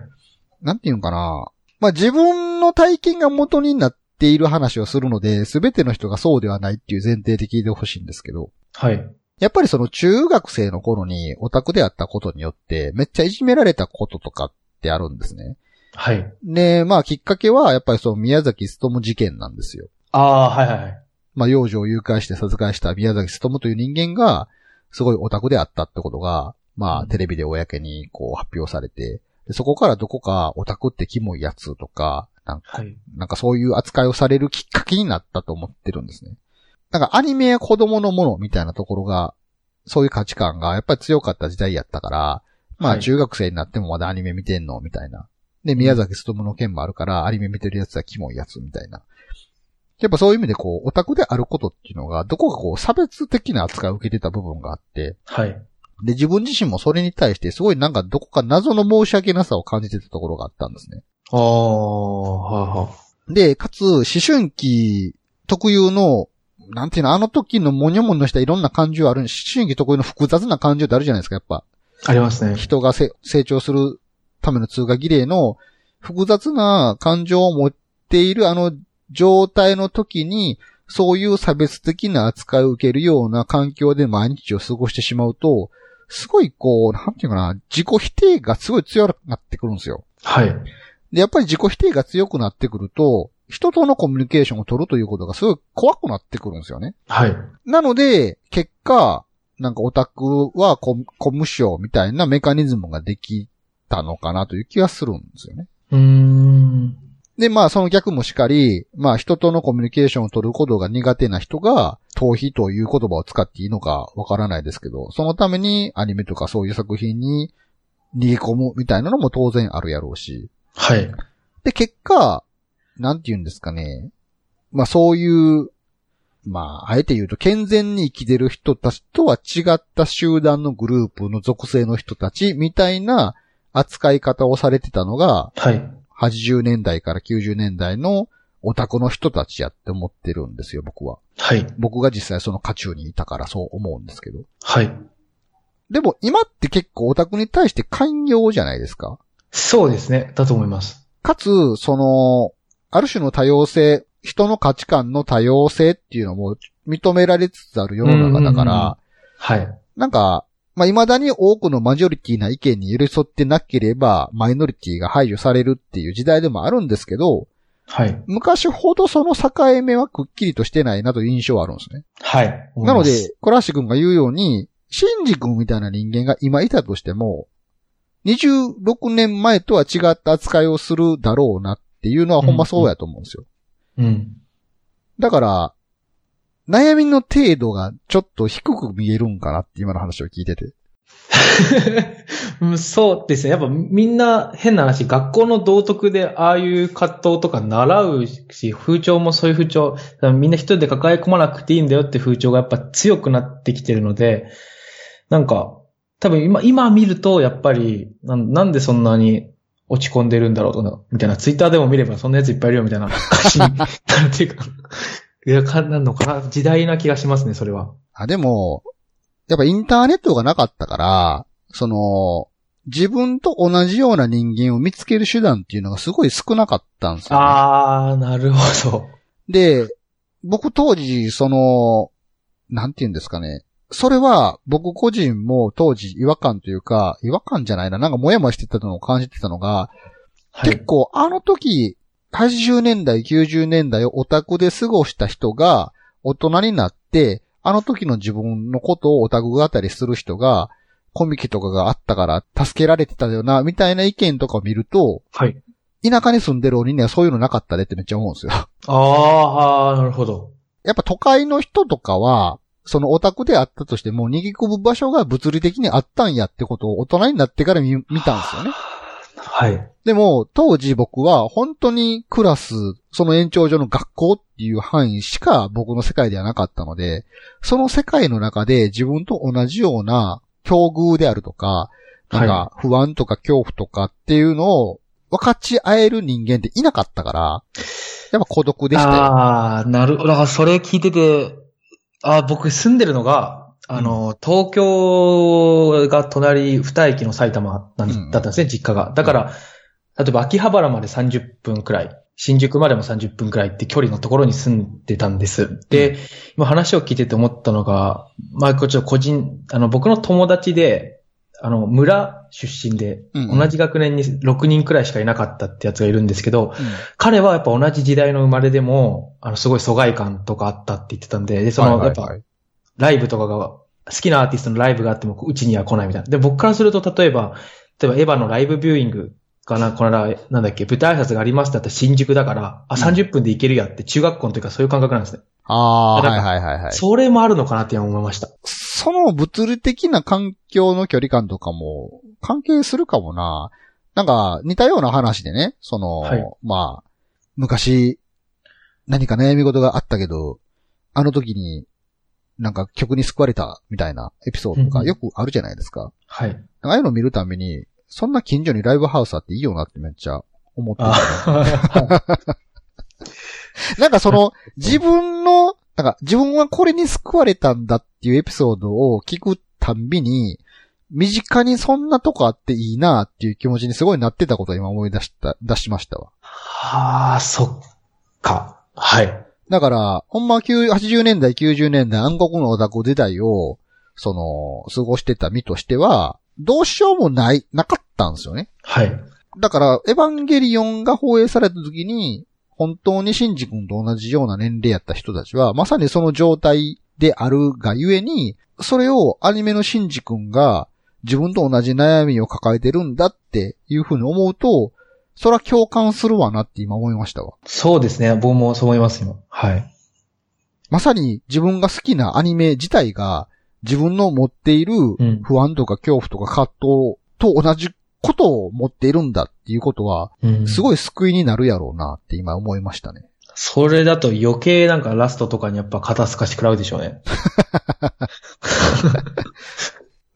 [SPEAKER 1] なんていうんかな。まあ、自分の体験が元になっている話をするので、すべての人がそうではないっていう前提で聞いてほしいんですけど、
[SPEAKER 2] はい。
[SPEAKER 1] やっぱりその中学生の頃にオタクであったことによって、めっちゃいじめられたこととかってあるんですね。
[SPEAKER 2] はい。
[SPEAKER 1] で、まあきっかけはやっぱりその宮崎勤事件なんですよ。
[SPEAKER 2] ああ、はいはいはい。
[SPEAKER 1] まあ幼女を誘拐して殺害した宮崎勤という人間が、すごいオタクであったってことが、まあテレビで公にこう発表されて、でそこからどこかオタクってキモいやつとか、なんか
[SPEAKER 2] はい。
[SPEAKER 1] なんかそういう扱いをされるきっかけになったと思ってるんですね。なんかアニメや子供のものみたいなところが、そういう価値観がやっぱり強かった時代やったから、ま
[SPEAKER 2] は
[SPEAKER 1] あ
[SPEAKER 2] い
[SPEAKER 1] 中学生になってもまだアニメ見てんのみたいな。で、宮崎勤の件もあるから、アニメ見てるやつはキモいやつみたいな。やっぱそういう意味でこう、オタクであることっていうのが、どこかこう、差別的な扱いを受けてた部分があって、
[SPEAKER 2] はい。
[SPEAKER 1] で、自分自身もそれに対して、すごいなんかどこか謎の申し訳なさを感じてたところがあったんですね。
[SPEAKER 2] ああ、はあはあ。
[SPEAKER 1] で、かつ、思春期特有の、なんていうの、あの時のモニョモニョしたいろんな感情ある、思春期特有の複雑な感情ってあるじゃないですか、やっぱ。
[SPEAKER 2] ありますね。
[SPEAKER 1] 人がせ成長するための通過儀礼の複雑な感情を持っているあの状態の時に、そういう差別的な扱いを受けるような環境で毎日を過ごしてしまうと、すごいこう、なんていうかな、自己否定がすごい強くなってくるんですよ。
[SPEAKER 2] はい。
[SPEAKER 1] で、やっぱり自己否定が強くなってくると、人とのコミュニケーションを取るということがすごい怖くなってくるんですよね。
[SPEAKER 2] はい。
[SPEAKER 1] なので、結果、なんかオタクはココムショみたいなメカニズムができたのかなという気がするんですよね。
[SPEAKER 2] うーん。
[SPEAKER 1] で、まあその逆もしかり、まあ人とのコミュニケーションを取ることが苦手な人が、逃避という言葉を使っていいのかわからないですけど、そのためにアニメとかそういう作品に逃げ込むみたいなのも当然あるやろうし。
[SPEAKER 2] はい。
[SPEAKER 1] で、結果、なんて言うんですかね。まあそういう、まあ、あえて言うと、健全に生きてる人たちとは違った集団のグループの属性の人たちみたいな扱い方をされてたのが、
[SPEAKER 2] はい。
[SPEAKER 1] 80年代から90年代のオタクの人たちやって思ってるんですよ、僕は。
[SPEAKER 2] はい。
[SPEAKER 1] 僕が実際その渦中にいたからそう思うんですけど。
[SPEAKER 2] はい。
[SPEAKER 1] でも今って結構オタクに対して寛容じゃないですか。
[SPEAKER 2] そうですね。だと思います。
[SPEAKER 1] かつ、その、ある種の多様性、人の価値観の多様性っていうのも認められつつある世の中だか
[SPEAKER 2] うんうんうん
[SPEAKER 1] ら、
[SPEAKER 2] はい。
[SPEAKER 1] なんか、まあ、未だに多くのマジョリティな意見に寄り添ってなければ、マイノリティが排除されるっていう時代でもあるんですけど、
[SPEAKER 2] はい。
[SPEAKER 1] 昔ほどその境目はくっきりとしてないなという印象はあるんですね。
[SPEAKER 2] はい。
[SPEAKER 1] なの、で、コラッシュ君が言うように、シンジ君みたいな人間が今いたとしても、26年前とは違った扱いをするだろうなっていうのはほんまそうやと思うんですよ。
[SPEAKER 2] うん。
[SPEAKER 1] だから、悩みの程度がちょっと低く見えるんかなって今の話を聞いてて。
[SPEAKER 2] うんそうですね。やっぱみんな変な話、学校の道徳でああいう葛藤とか習うし、風潮もそういう風潮、みんな一人で抱え込まなくていいんだよって風潮がやっぱ強くなってきてるので、なんか、多分今、今見るとやっぱり、なんなんでそんなに落ち込んでるんだろうとか、みたいな、ツイッターでも見ればそんなやついっぱいいるよみたいな歌詞になるっていうか、 いや、かなんのかな時代な気がしますね、それは。
[SPEAKER 1] あ、でも、やっぱインターネットがなかったから、その、自分と同じような人間を見つける手段っていうのがすごい少なかったんですよ、ね。
[SPEAKER 2] あー、なるほど。
[SPEAKER 1] で、僕当時、その、なんて言うんですかね。それは僕個人も当時違和感というか、違和感じゃないな、なんかもやもやしてたのを感じてたのが、
[SPEAKER 2] はい
[SPEAKER 1] 結。構あの時、80年代、90年代をオタクで過ごした人が、大人になって、あの時の自分のことをオタク語りする人が、コミケとかがあったから助けられてたよな、みたいな意見とかを見ると、
[SPEAKER 2] はい。
[SPEAKER 1] 田舎に住んでる鬼にはそういうのなかったでってめっちゃ思うんですよ。
[SPEAKER 2] あーあー、なるほど。
[SPEAKER 1] やっぱ都会の人とかは、そのオタクであったとしても、逃げ込む場所が物理的にあったんやってことを大人になってから見見たんですよね。
[SPEAKER 2] はい。
[SPEAKER 1] でも、当時僕は本当にクラス、その延長上の学校っていう範囲しか僕の世界ではなかったので、その世界の中で自分と同じような境遇であるとか、なんか不安とか恐怖とかっていうのを分かち合える人間っていなかったから、やっぱ孤独でしたよ。
[SPEAKER 2] ああ、なる、だからそれ聞いてて、ああ、僕住んでるのが、あの、東京が隣二駅の埼玉なん
[SPEAKER 1] うん
[SPEAKER 2] だったんですね、実家が。だから、例えば秋葉原まで30分くらい、新宿までも30分くらいって距離のところに住んでたんです。で、今話を聞いてて思ったのが、まあ、これちょっと個人、あの、僕の友達で、あの、村出身で、
[SPEAKER 1] うんうん
[SPEAKER 2] 同じ学年に6人くらいしかいなかったってやつがいるんですけど、
[SPEAKER 1] うん
[SPEAKER 2] 彼はやっぱ同じ時代の生まれでも、あの、すごい疎外感とかあったって言ってたんで、で、その、
[SPEAKER 1] はい
[SPEAKER 2] やっ
[SPEAKER 1] はいは
[SPEAKER 2] ぱ
[SPEAKER 1] い、
[SPEAKER 2] ライブとかが、好きなアーティストのライブがあっても、うちには来ないみたいな。で、僕からすると、例えば、例えばエヴァのライブビューイングかな、この間、なんだっけ、舞台挨拶がありましたって新宿だから、あ、
[SPEAKER 1] うん
[SPEAKER 2] 30分で行けるやって、中学校の時からそういう感覚なんですね。
[SPEAKER 1] ああー、
[SPEAKER 2] だか
[SPEAKER 1] はい
[SPEAKER 2] ら
[SPEAKER 1] はいはいはい。
[SPEAKER 2] それもあるのかなって今思いました。
[SPEAKER 1] その物理的な環境の距離感とかも関係するかもな。なんか似たような話でね、その、
[SPEAKER 2] はい
[SPEAKER 1] まあ、昔何か悩み事があったけど、あの時になんか曲に救われたみたいなエピソードと
[SPEAKER 2] う
[SPEAKER 1] か
[SPEAKER 2] んうん
[SPEAKER 1] よくあるじゃないですか。
[SPEAKER 2] はい。
[SPEAKER 1] ああいうのを見るために、そんな近所にライブハウスあっていいよなってめっちゃ思ってる
[SPEAKER 2] あは
[SPEAKER 1] なんかその自分の、なんか自分はこれに救われたんだっていうエピソードを聞くたんびに、身近にそんなとこあっていいなっていう気持ちにすごいなってたことを今思い出した、出しましたわ。
[SPEAKER 2] あ、そっか。はい。
[SPEAKER 1] だから、ほんま9 80年代、90年代暗黒のオタク時代を、その、過ごしてた身としては、どうしようもない、なかったんですよね。
[SPEAKER 2] はい。
[SPEAKER 1] だから、エヴァンゲリオンが放映された時に、本当にシンジ君と同じような年齢やった人たちは、まさにその状態であるがゆえに、それをアニメのシンジ君が自分と同じ悩みを抱えてるんだっていうふうに思うと、それは共感するわなって今思いましたわ。
[SPEAKER 2] そうですね。僕もそう思います、今。はい。
[SPEAKER 1] まさに自分が好きなアニメ自体が自分の持っている
[SPEAKER 2] うん。
[SPEAKER 1] 不安とか恐怖とか葛藤と同じことを持っているんだっていうことは、
[SPEAKER 2] うん、
[SPEAKER 1] すごい救いになるやろうなって今思いましたね。
[SPEAKER 2] それだと余計なんかラストとかにやっぱ肩透かし食らうでしょ うね。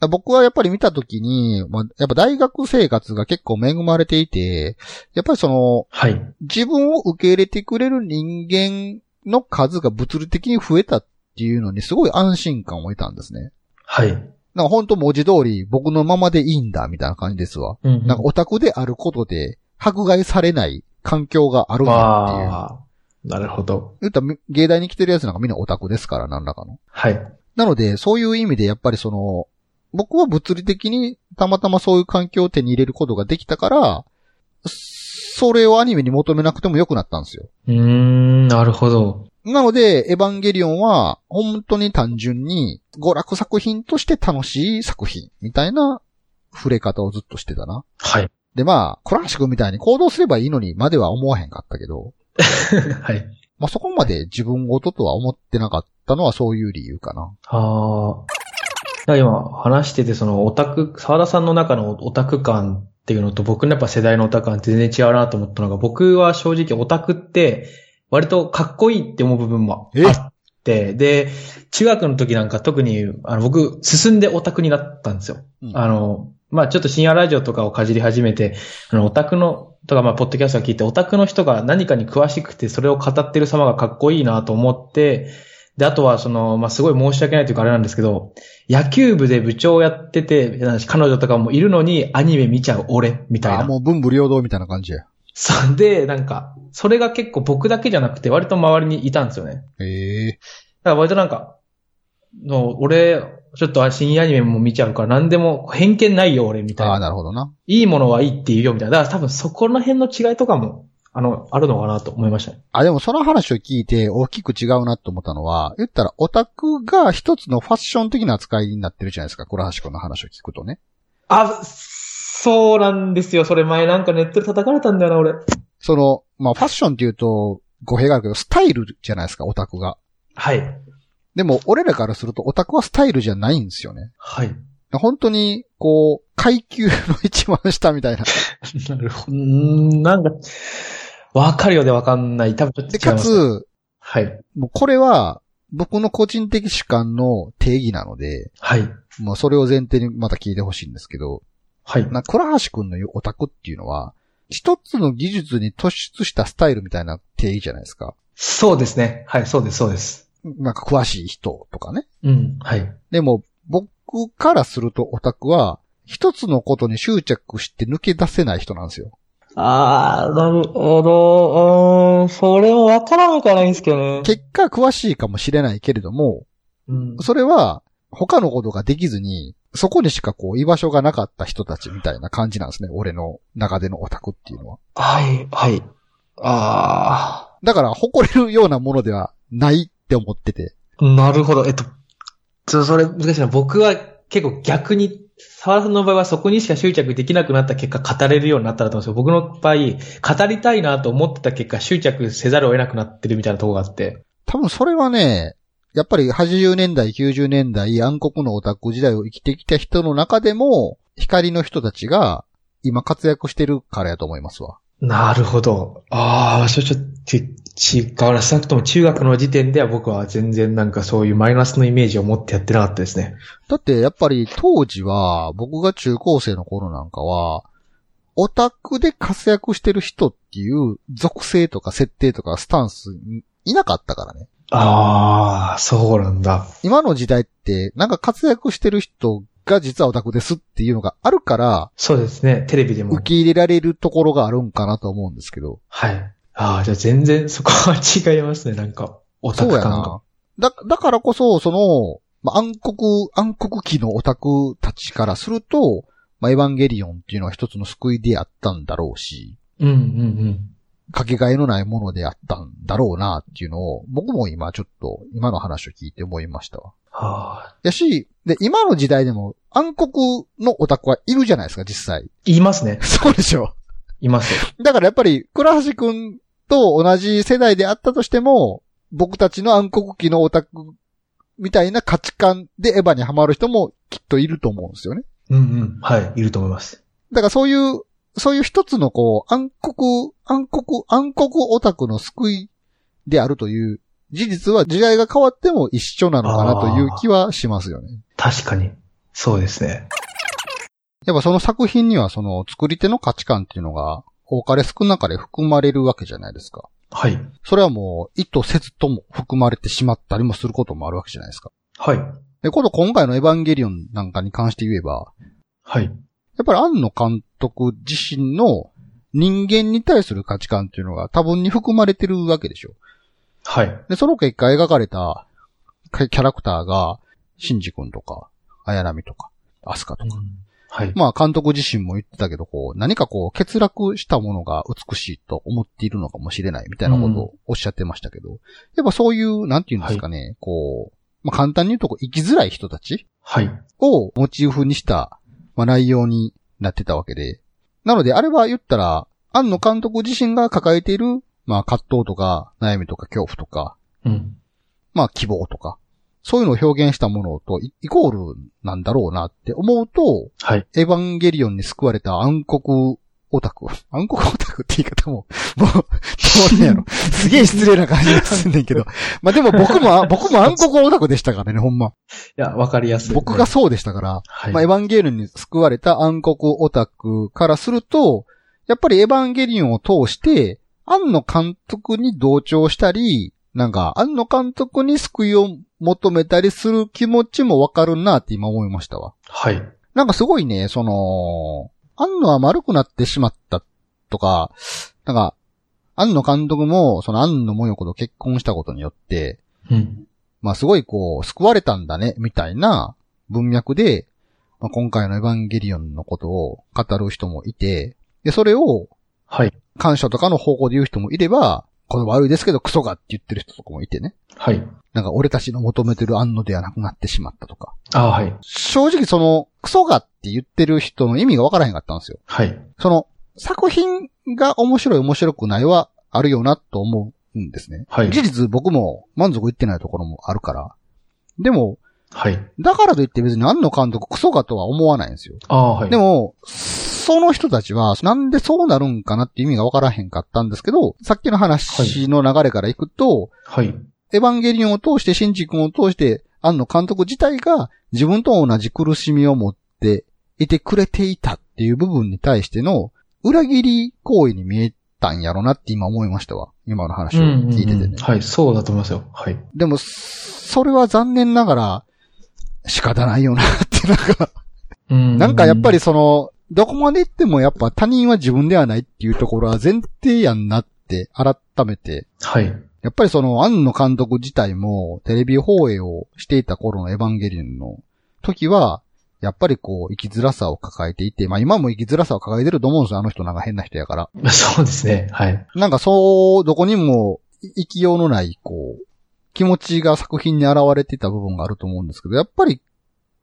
[SPEAKER 1] 僕はやっぱり見たときに、まあ、やっぱ大学生活が結構恵まれていて、やっぱりその、
[SPEAKER 2] はい。
[SPEAKER 1] 自分を受け入れてくれる人間の数が物理的に増えたっていうのにすごい安心感を得たんですね。
[SPEAKER 2] はい。
[SPEAKER 1] なんか本当文字通り僕のままでいいんだみたいな感じですわ。
[SPEAKER 2] うん
[SPEAKER 1] なんかオタクであることで迫害されない環境があるんだっていう。
[SPEAKER 2] あーなるほど。
[SPEAKER 1] 言ったら芸大に来てるやつなんかみんなオタクですから、何らかの。
[SPEAKER 2] はい。
[SPEAKER 1] なので、そういう意味でやっぱりその、僕は物理的にたまたまそういう環境を手に入れることができたから、それをアニメに求めなくても良くなったんですよ。
[SPEAKER 2] うーん、なるほど。
[SPEAKER 1] なので、エヴァンゲリオンは本当に単純に娯楽作品として楽しい作品みたいな触れ方をずっとしてたな。
[SPEAKER 2] はい。
[SPEAKER 1] でまあ、クラシックみたいに行動すればいいのにまでは思わへんかったけど、
[SPEAKER 2] はい。
[SPEAKER 1] まあそこまで自分ごととは思ってなかったのはそういう理由かな。
[SPEAKER 2] ああ。だから今話してて、そのオタク、沢田さんの中のオタク感っていうのと僕のやっぱ世代のオタク感って全然違うなと思ったのが、僕は正直オタクって割とかっこいいって思う部分もあって、で、中学の時なんか特に、あの僕、進んでオタクになったんですよ。
[SPEAKER 1] うん
[SPEAKER 2] あの、まあちょっと深夜ラジオとかをかじり始めて、あの、オタクの、とか、まあ、ポッドキャストを聞いて、オタクの人が何かに詳しくて、それを語ってる様がかっこいいなと思って、で、あとは、その、まあ、すごい申し訳ないというか、あれなんですけど、野球部で部長やってて、なんか彼女とかもいるのに、アニメ見ちゃう俺、みたい
[SPEAKER 1] あ
[SPEAKER 2] な。
[SPEAKER 1] もう文武両道みたいな感じや。
[SPEAKER 2] そんで、なんか、それが結構僕だけじゃなくて、割と周りにいたんですよね。
[SPEAKER 1] ええ
[SPEAKER 2] だから割となんか、の俺、ちょっと深夜アニメも見ちゃうから、何でも偏見ないよ、俺、みたい
[SPEAKER 1] あ
[SPEAKER 2] な。
[SPEAKER 1] あ、なるほどな。
[SPEAKER 2] いいものはいいって言うよみたいな。だから多分そこら辺の違いとかも、あの、あるのかなと思いましたね。
[SPEAKER 1] あ、でもその話を聞いて大きく違うなと思ったのは、言ったらオタクが一つのファッション的な扱いになってるじゃないですか。倉橋君の話を聞くとね。
[SPEAKER 2] あ、そうなんですよ。それ前なんかネットで叩かれたんだよな、俺。
[SPEAKER 1] その、まあファッションって言うと語弊があるけど、スタイルじゃないですか、オタクが。
[SPEAKER 2] はい。
[SPEAKER 1] でも、俺らからするとオタクはスタイルじゃないんですよね。
[SPEAKER 2] はい。
[SPEAKER 1] 本当に、こう、階級の一番下みた いな。
[SPEAKER 2] なるほど。うーんなんか、わかるようでわかんない。多分ちょっと
[SPEAKER 1] で、
[SPEAKER 2] 違い
[SPEAKER 1] か
[SPEAKER 2] ます。
[SPEAKER 1] つ、
[SPEAKER 2] はい。
[SPEAKER 1] もうこれは、僕の個人的主観の定義なので、
[SPEAKER 2] はい。
[SPEAKER 1] もうそれを前提にまた聞いてほしいんですけど、
[SPEAKER 2] はい。
[SPEAKER 1] な、倉橋くんの言うオタクっていうのは、一つの技術に突出したスタイルみたいな定義じゃないですか。
[SPEAKER 2] そうですね。はい、そうです、そうです。
[SPEAKER 1] なんか詳しい人とかね。
[SPEAKER 2] うん。はい。
[SPEAKER 1] でも、僕からするとオタクは、一つのことに執着して抜け出せない人なんですよ。
[SPEAKER 4] あー、なるほど。うーん、それもわからんからいいんですけどね。
[SPEAKER 1] 結果詳しいかもしれないけれども、
[SPEAKER 2] うん
[SPEAKER 1] それは他のことができずに、そこにしかこう居場所がなかった人たちみたいな感じなんですね。俺の中でのオタクっていうのは。
[SPEAKER 4] はい、はい。あ
[SPEAKER 1] だから誇れるようなものではないって思ってて。
[SPEAKER 2] う
[SPEAKER 4] ー、
[SPEAKER 2] ん
[SPEAKER 4] なるほど。えっと、
[SPEAKER 2] ちょっとそれ難しいな。僕は結構逆に、沢田さんの場合はそこにしか執着できなくなった結果語れるようになったらと思うんですけど、僕の場合、語りたいなと思ってた結果執着せざるを得なくなってるみたいなところがあって。
[SPEAKER 1] 多分それはね、やっぱり80年代、90年代、暗黒のオタク時代を生きてきた人の中でも、光の人たちが今活躍してるからやと思いますわ。
[SPEAKER 2] なるほど。ああ、それちょっと違うな。少なくとも中学の時点では僕は全然なんかそういうマイナスのイメージを持ってやってなかったですね。
[SPEAKER 1] だってやっぱり当時は、僕が中高生の頃なんかは、オタクで活躍してる人っていう属性とか設定とかスタンスにいなかったからね。
[SPEAKER 2] ああ、そうなんだ。
[SPEAKER 1] 今の時代ってなんか活躍してる人が実はオタクですっていうのがあるから、
[SPEAKER 2] そうですね。テレビでも
[SPEAKER 1] 受。け入れられるところがあるんかなと思うんですけど。
[SPEAKER 2] はい。ああ、じゃあ全然そこは違いますね。なんか、オタ
[SPEAKER 1] そう
[SPEAKER 2] ク
[SPEAKER 1] や
[SPEAKER 2] 感が。
[SPEAKER 1] な。だ、だからこそ、その、まあ、暗黒、暗黒期のオタクたちからすると、まあ、エヴァンゲリオンっていうのは一つの救いであったんだろうし、
[SPEAKER 2] うんうんうん。
[SPEAKER 1] かけがえのないものであったんだろうなっていうのを、僕も今ちょっと、今の話を聞いて思いましたわ。
[SPEAKER 2] はあ、
[SPEAKER 1] やし、で、今の時代でも暗黒のオタクはいるじゃないですか、実際。
[SPEAKER 2] 言いますね。
[SPEAKER 1] そうでしょ。
[SPEAKER 2] います。
[SPEAKER 1] だからやっぱり、倉橋くんと同じ世代であったとしても、僕たちの暗黒期のオタクみたいな価値観でエヴァにハマる人もきっといると思うんですよね。
[SPEAKER 2] うんうん。はい。いると思います。
[SPEAKER 1] だからそういう、そういう一つのこう、暗黒、暗黒、暗黒オタクの救いであるという事実は時代が変わっても一緒なのかなという気はしますよね。
[SPEAKER 2] 確かに。そうですね。
[SPEAKER 1] やっぱその作品にはその作り手の価値観っていうのが多かれ少なかれ含まれるわけじゃないですか。
[SPEAKER 2] はい。
[SPEAKER 1] それはもう意図せずとも含まれてしまったりもすることもあるわけじゃないですか。
[SPEAKER 2] はい。
[SPEAKER 1] で、こと今回のエヴァンゲリオンなんかに関して言えば、
[SPEAKER 2] はい。
[SPEAKER 1] やっぱり庵野監督自身の人間に対する価値観っていうのが多分に含まれてるわけでしょ。
[SPEAKER 2] はい。
[SPEAKER 1] で、その結果描かれたキャラクターが、シンジ君とか、綾波とか、アスカとか。
[SPEAKER 2] はい。
[SPEAKER 1] まあ監督自身も言ってたけど、こう、何かこう、欠落したものが美しいと思っているのかもしれないみたいなことをおっしゃってましたけど、やっぱそういう、なんていうんですかね、こう、まあ簡単に言うとこう、生きづらい人たち
[SPEAKER 2] はい。
[SPEAKER 1] をモチーフにした、まあ内容になってたわけで、なのであれは言ったら、庵野監督自身が抱えている、まあ葛藤とか、悩みとか恐怖とか、
[SPEAKER 2] うん。
[SPEAKER 1] まあ希望とか、そういうのを表現したものとイイコールなんだろうなって思うと、
[SPEAKER 2] はい。
[SPEAKER 1] エヴァンゲリオンに救われた暗黒オタク。暗黒オタクって言い方も、もう、どうなんやろ。すげえ失礼な感じがすんねんけど。まあでも僕も、僕も暗黒オタクでしたからね、ほんま。
[SPEAKER 2] いや、わかりやすい。
[SPEAKER 1] 僕が、そうでしたから。
[SPEAKER 2] はい。
[SPEAKER 1] まあエヴァンゲリオンに救われた暗黒オタクからすると、やっぱりエヴァンゲリオンを通して、庵野監督に同調したり、なんか、庵野監督に救いを求めたりする気持ちもわかるなって今思いましたわ。
[SPEAKER 2] はい。
[SPEAKER 1] なんかすごいね、その、安野は丸くなってしまったとか、なんか、安野監督も、その安野もよ子と結婚したことによって、
[SPEAKER 2] うん。
[SPEAKER 1] まあすごいこう、救われたんだね、みたいな文脈で、まあ、今回のエヴァンゲリオンのことを語る人もいて、で、それを
[SPEAKER 2] はい。
[SPEAKER 1] 感謝とかの方向で言う人もいれば、これ悪いですけどクソがって言ってる人とかもいてね。
[SPEAKER 2] はい。
[SPEAKER 1] なんか俺たちの求めてる安野ではなくなってしまったとか。
[SPEAKER 2] ああ、はい。
[SPEAKER 1] 正直その、クソがって言ってる人の意味がわからへんかったんですよ。
[SPEAKER 2] はい。
[SPEAKER 1] その、作品が面白い面白くないはあるよなと思うんですね。
[SPEAKER 2] はい
[SPEAKER 1] 事実僕も満足いってないところもあるから。でも、
[SPEAKER 2] はい。
[SPEAKER 1] だからといって別に何の監督クソかとは思わないんですよ。
[SPEAKER 2] ああ、はい。
[SPEAKER 1] で、も、その人たちは、なんでそうなるんかなって意味がわからへんかったんですけど、さっきの話の流れからいくと、
[SPEAKER 2] はい。
[SPEAKER 1] エヴァンゲリオンを通して、シンジ君を通して、庵野監督自体が自分と同じ苦しみを持っていてくれていたっていう部分に対しての裏切り行為に見えたんやろなって今思いましたわ。今の話を聞いててね。
[SPEAKER 2] うんうんうんはい、そうだと思いますよ。はい。
[SPEAKER 1] でも、それは残念ながら仕方ないよなってなんか、
[SPEAKER 2] うん
[SPEAKER 1] なんかやっぱり、その、どこまで行ってもやっぱ他人は自分ではないっていうところは前提やんなって改めて
[SPEAKER 2] はい。
[SPEAKER 1] やっぱりその、庵野監督自体も、テレビ放映をしていた頃のエヴァンゲリオンの時は、やっぱりこう、生きづらさを抱えていて、まあ今も生きづらさを抱えてると思うんですよ、あの人なんか変な人やから。
[SPEAKER 2] そうですね。はい。
[SPEAKER 1] なんかそう、どこにも生きようのない、こう、気持ちが作品に現れてた部分があると思うんですけど、やっぱり、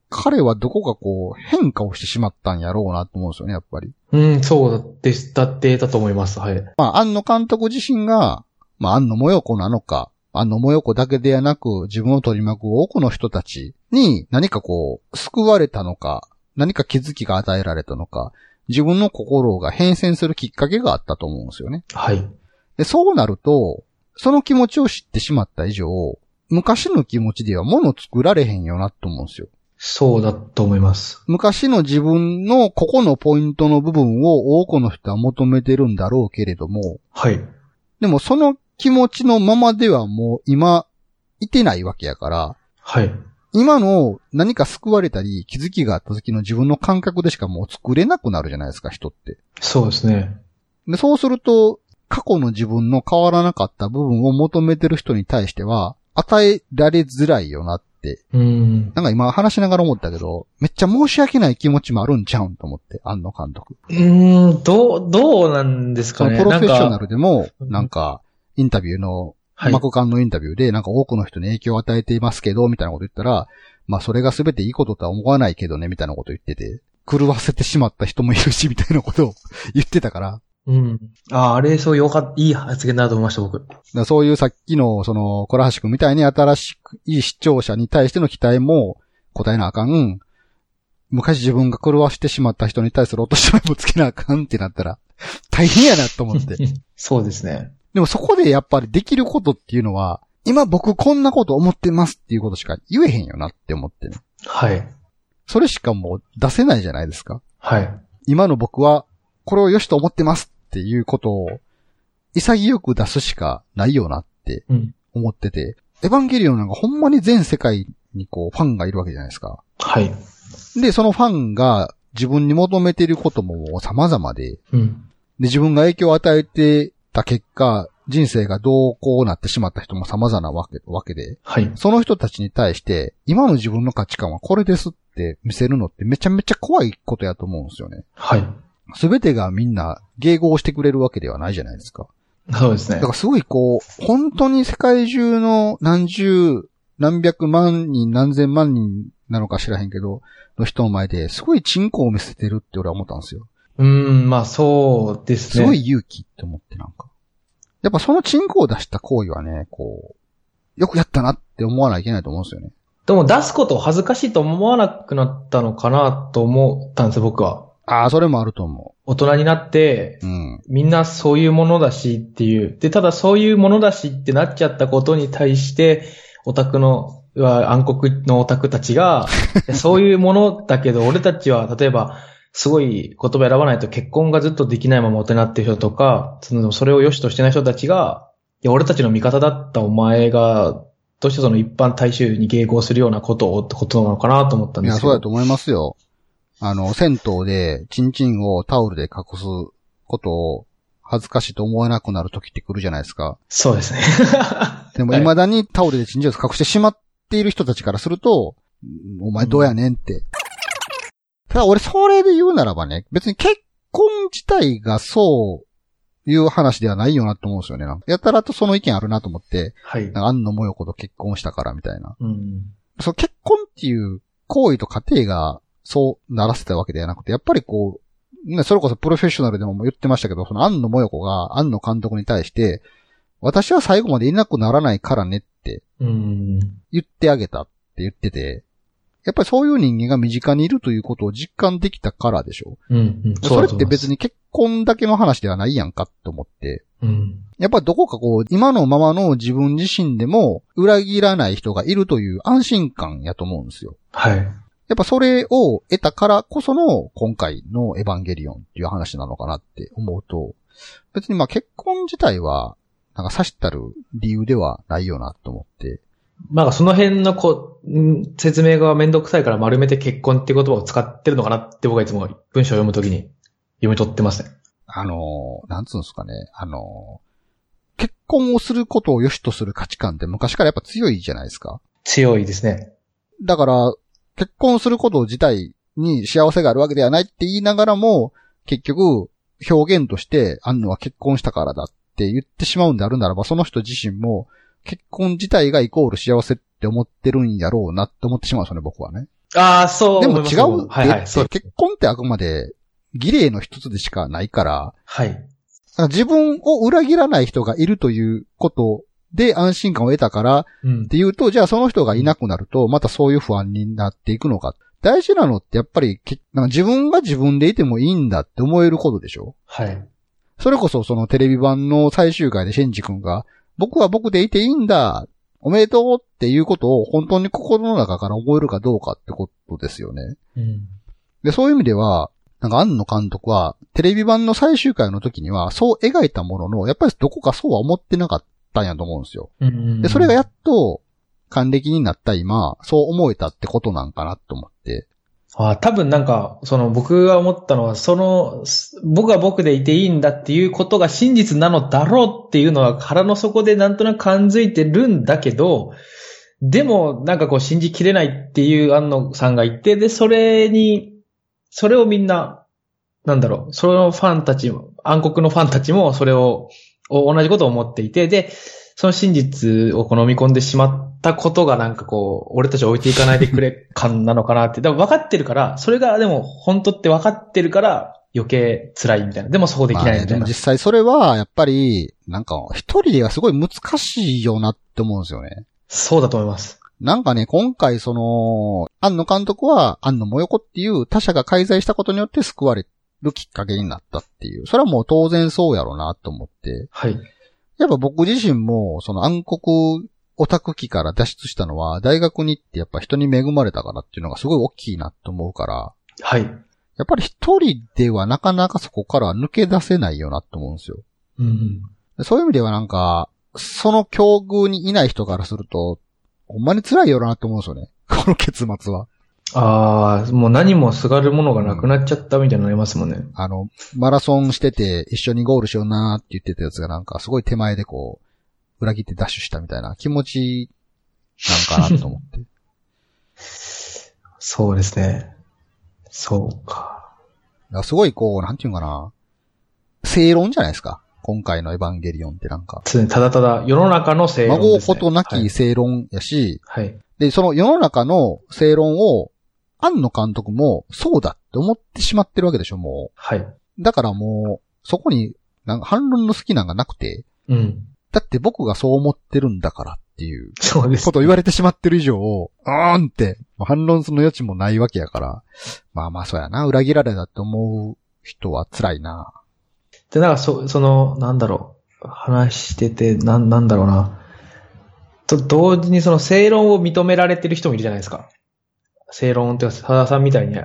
[SPEAKER 1] 彼はどこかこう、変化をしてしまったんやろうなと思うんですよね、やっぱり。
[SPEAKER 2] うん、そうでしたって、だと思います。はい。
[SPEAKER 1] まあ、庵野監督自身が、まあ、庵野もよこなのか、庵野もよこだけではなく、自分を取り巻く多くの人たちに何かこう、救われたのか、何か気づきが与えられたのか、自分の心が変遷するきっかけがあったと思うんですよね。
[SPEAKER 2] はい。
[SPEAKER 1] で、そうなると、その気持ちを知ってしまった以上、昔の気持ちでは物を作られへんよなと思うんですよ。
[SPEAKER 2] そうだと思います。
[SPEAKER 1] 昔の自分のここのポイントの部分を多くの人は求めてるんだろうけれども、
[SPEAKER 2] はい。
[SPEAKER 1] でもその気持ちのままではもう今、いてないわけやから、
[SPEAKER 2] はい。
[SPEAKER 1] 今の何か救われたり気づきがあった時の自分の感覚でしかもう作れなくなるじゃないですか、人って。
[SPEAKER 2] そうですね。
[SPEAKER 1] でそうすると、過去の自分の変わらなかった部分を求めてる人に対しては、与えられづらいよなって。
[SPEAKER 2] うん。
[SPEAKER 1] なんか今話しながら思ったけど、めっちゃ申し訳ない気持ちもあるんちゃうんと思って、安野監督。
[SPEAKER 2] うん、どう、どうなんです
[SPEAKER 1] そ
[SPEAKER 2] か
[SPEAKER 1] の
[SPEAKER 2] ね。
[SPEAKER 1] プロフェッショナ
[SPEAKER 2] なんか
[SPEAKER 1] ルでも、
[SPEAKER 2] うん
[SPEAKER 1] なんか、インタビューの
[SPEAKER 2] はい。
[SPEAKER 1] 幕間のインタビューで、なんか多くの人に影響を与えていますけど、みたいなこと言ったら、まあそれが全ていいこととは思わないけどね、みたいなこと言ってて、狂わせてしまった人もいるし、みたいなことを言ってたから、だか
[SPEAKER 2] うん。あ、あれ、そう、よかった、いい発言だと思いました、僕。
[SPEAKER 1] らそういうさっきの、その、倉橋くんみたいに新しく、いい視聴者に対しての期待も答えなあかん。昔自分が狂わしてしまった人に対する落とし前もつけなあかんってなったら、大変やなと思って。
[SPEAKER 2] そうですね。
[SPEAKER 1] でもそこでやっぱりできることっていうのは、今僕こんなこと思ってますっていうことしか言えへんよなって思ってね。
[SPEAKER 2] はい。
[SPEAKER 1] それしかもう出せないじゃないですか。
[SPEAKER 2] はい。
[SPEAKER 1] 今の僕はこれを良しと思ってますっていうことを潔く出すしかないよなって
[SPEAKER 2] うん
[SPEAKER 1] 思ってて、エヴァンゲリオンなんかほんまに全世界にこうファンがいるわけじゃないですか。
[SPEAKER 2] はい。
[SPEAKER 1] で、そのファンが自分に求めていることも様々で、
[SPEAKER 2] うん。
[SPEAKER 1] で、自分が影響を与えてた結果、人生がどうこうなってしまった人も様々なわけわけで、
[SPEAKER 2] はい。
[SPEAKER 1] その人たちに対して、今の自分の価値観はこれですって見せるのってめちゃめちゃ怖いことやと思うんですよね。
[SPEAKER 2] はい。
[SPEAKER 1] すべてがみんな迎合してくれるわけではないじゃないですか。
[SPEAKER 2] そうですね
[SPEAKER 1] だか。らすごいこう、本当に世界中の何十、何百万人、何千万人なのか知らへんけど、の人の前で、すごいチンコを見せてるって俺は思ったんですよ。
[SPEAKER 2] うん、まあ、そうです
[SPEAKER 1] す
[SPEAKER 2] ね。
[SPEAKER 1] ごい勇気って思ってなんか。やっぱそのチンコを出した行為はね、こう、よくやったなって思わないといけないと思うんですよね。
[SPEAKER 2] でも出すことを恥ずかしいと思わなくなったのかなと思ったんですよ、僕は。
[SPEAKER 1] ああ、それもあると思
[SPEAKER 2] 大人になって、
[SPEAKER 1] う。うん。
[SPEAKER 2] みんなそういうものだしっていう。で、ただそういうものだしってなっちゃったことに対して、オタクの、うわ暗黒のオタクた ちが、いやそういうものだけど、俺たちは、例えば、すごい言葉選ばないと結婚がずっとできないまま大人になってる人とか、そのそれを良しとしてない人たちが、いや、俺たちの味方だったお前が、どうしてその一般大衆に迎合するようなことをってことなのかなと思ったん
[SPEAKER 1] い
[SPEAKER 2] で
[SPEAKER 1] や、
[SPEAKER 2] すけど。
[SPEAKER 1] そうだと思いますよ。あの、銭湯で、チンチンをタオルで隠すことを恥ずかしいと思えなくなる時って来るじゃないですか。
[SPEAKER 2] そうですね。
[SPEAKER 1] でも、
[SPEAKER 2] はい
[SPEAKER 1] 未だにタオルでチンチンを隠してしまっている人たちからすると、うんお前どうやねんって。ただ俺、それで言うならばね、別に結婚自体がそういう話ではないよなと思うんですよね。なんかやたらとその意見あるなと思って、
[SPEAKER 2] はい。
[SPEAKER 1] なんか安野もよこと結婚したからみたいな。
[SPEAKER 2] うん。
[SPEAKER 1] その結婚っていう行為と過程がそうならせたわけではなくて、やっぱりこう、ね、それこそプロフェッショナルでも言ってましたけど、その安野もよこが安野監督に対して、私は最後までいなくならないからねって
[SPEAKER 2] うん。
[SPEAKER 1] 言ってあげたって言ってて、やっぱりそういう人間が身近にいるということを実感できたからでしょ。
[SPEAKER 2] うん。うん
[SPEAKER 1] それって別。に結婚だけの話ではないやんかって思って、
[SPEAKER 2] だと思います
[SPEAKER 1] やっぱどこかこう、今のままの自分自身でも裏切らない人がいるという安心感やと思うんですよ。
[SPEAKER 2] うん。はい。
[SPEAKER 1] やっぱそれを得たからこその今回のエヴァンゲリオンっていう話なのかなって思うと、別にまあ結婚自体は、なんか差したる理由ではないよなと思って。
[SPEAKER 2] なんかその辺のこう、ん説明がめんどくさいから丸めて結婚って言葉を使ってるのかなって僕はいつも文章を読むときに読み取ってますね。
[SPEAKER 1] あのー、なんつうんですかね、あのー、結婚をすることを良しとする価値観って昔からやっぱ強いじゃないですか。
[SPEAKER 2] 強いですね。
[SPEAKER 1] だから、結婚すること自体に幸せがあるわけではないって言いながらも、結局、表現として、あんのは結婚したからだって言ってしまうんであるならば、その人自身も、結婚自体がイコール幸せって思ってるんやろうなって思ってしまうんですよね、僕はね。
[SPEAKER 2] ああ、そう
[SPEAKER 1] でも
[SPEAKER 2] 思います。
[SPEAKER 1] 違う
[SPEAKER 2] はいはい、そう
[SPEAKER 1] で。結婚ってあくまで、儀礼の一つでしかないから、
[SPEAKER 2] はい。
[SPEAKER 1] なんか自分を裏切らない人がいるということで安心感を得たから、
[SPEAKER 2] うん
[SPEAKER 1] っ。ていうと、じゃあその人がいなくなると、またそういう不安になっていくのか。大事なのってやっぱり、けなんか自分が自分でいてもいいんだって思えることでしょ
[SPEAKER 2] はい。
[SPEAKER 1] それこそそのテレビ版の最終回でシェンジ君が、僕は僕でいていいんだおめでとうっていうことを本当に心の中から思えるかどうかってことですよね。
[SPEAKER 2] うん。
[SPEAKER 1] で、そういう意味では、なんか、庵野監督は、テレビ版の最終回の時には、そう描いたものの、やっぱりどこかそうは思ってなかったんやと思うんですよ。
[SPEAKER 2] うん
[SPEAKER 1] で、それがやっと、還暦になった今、そう思えたってことなんかなと思って。
[SPEAKER 2] あ多分なんか、その僕が思ったのは、その、す僕は僕でいていいんだっていうことが真実なのだろうっていうのは腹の底でなんとなく感づいてるんだけど、でもなんかこう信じきれないっていう安野さんがいて、で、それに、それをみんな、なんだろう、そのファンたちも、暗黒のファンたちもそれを、お同じことを思っていて、で、その真実をこう飲み込んでしまったことがなんかこう、俺たちを置いていかないでくれ感なのかなって。でも分かってるから、それがでも本当って分かってるから余計辛いみたいな。でもそこでき
[SPEAKER 1] まあ
[SPEAKER 2] ない
[SPEAKER 1] ね
[SPEAKER 2] みた
[SPEAKER 1] でも
[SPEAKER 2] いな。
[SPEAKER 1] 実際それは、やっぱり、なんか、一人ではすごい難しいよなって思うんですよね。
[SPEAKER 2] そうだと思います。
[SPEAKER 1] なんかね、今回その、庵野監督は、庵野もよこっていう他者が介在したことによって救われるきっかけになったっていう。それはもう当然そうやろうなと思って。
[SPEAKER 2] はい。
[SPEAKER 1] やっぱ僕自身も、その暗黒オタク期から脱出したのは、大学に行ってやっぱ人に恵まれたからっていうのがすごい大きいなと思うから、
[SPEAKER 2] はい。
[SPEAKER 1] やっぱり一人ではなかなかそこから抜け出せないよなって思うんですよ。
[SPEAKER 2] うん。
[SPEAKER 1] そういう意味ではなんか、その境遇にいない人からすると、ほんまに辛いよなって思うんですよね。 この結末は。
[SPEAKER 2] ああ、もう何もすがるものがなくなっちゃったみたいになりますもんね。
[SPEAKER 1] あの、マラソンしてて一緒にゴールしようなーって言ってたやつがなんかすごい手前でこう、裏切ってダッシュしたみたいな気持ちなんかなと思って。
[SPEAKER 2] そうですね。そうか。
[SPEAKER 1] だからすごいこう、なんていうのかな。正論じゃないですか。今回のエヴァンゲリオンってなんか。
[SPEAKER 2] 常にただただ世の中の正論
[SPEAKER 1] 孫
[SPEAKER 2] で
[SPEAKER 1] う
[SPEAKER 2] す、ね。
[SPEAKER 1] ことなき正論やし、
[SPEAKER 2] はい。はい。
[SPEAKER 1] で、その世の中の正論を、庵野監督もそうだって思ってしまってるわけでしょ、も
[SPEAKER 2] はい。
[SPEAKER 1] う。だからもう、そこに、なんか反論の好きなんかなくて、
[SPEAKER 2] うん。
[SPEAKER 1] だって僕がそう思ってるんだからっていう
[SPEAKER 2] そうです。
[SPEAKER 1] ことを言われてしまってる以上、うーんって、もう反論する余地もないわけやから、まあまあそうやな、裏切られたって思う人は辛いな。
[SPEAKER 2] で、なんかそ、その、なんだろう。話してて、なん、なんだろうな。と、同時にその正論を認められてる人もいるじゃないですか。正論っていうか、さださんみたいに、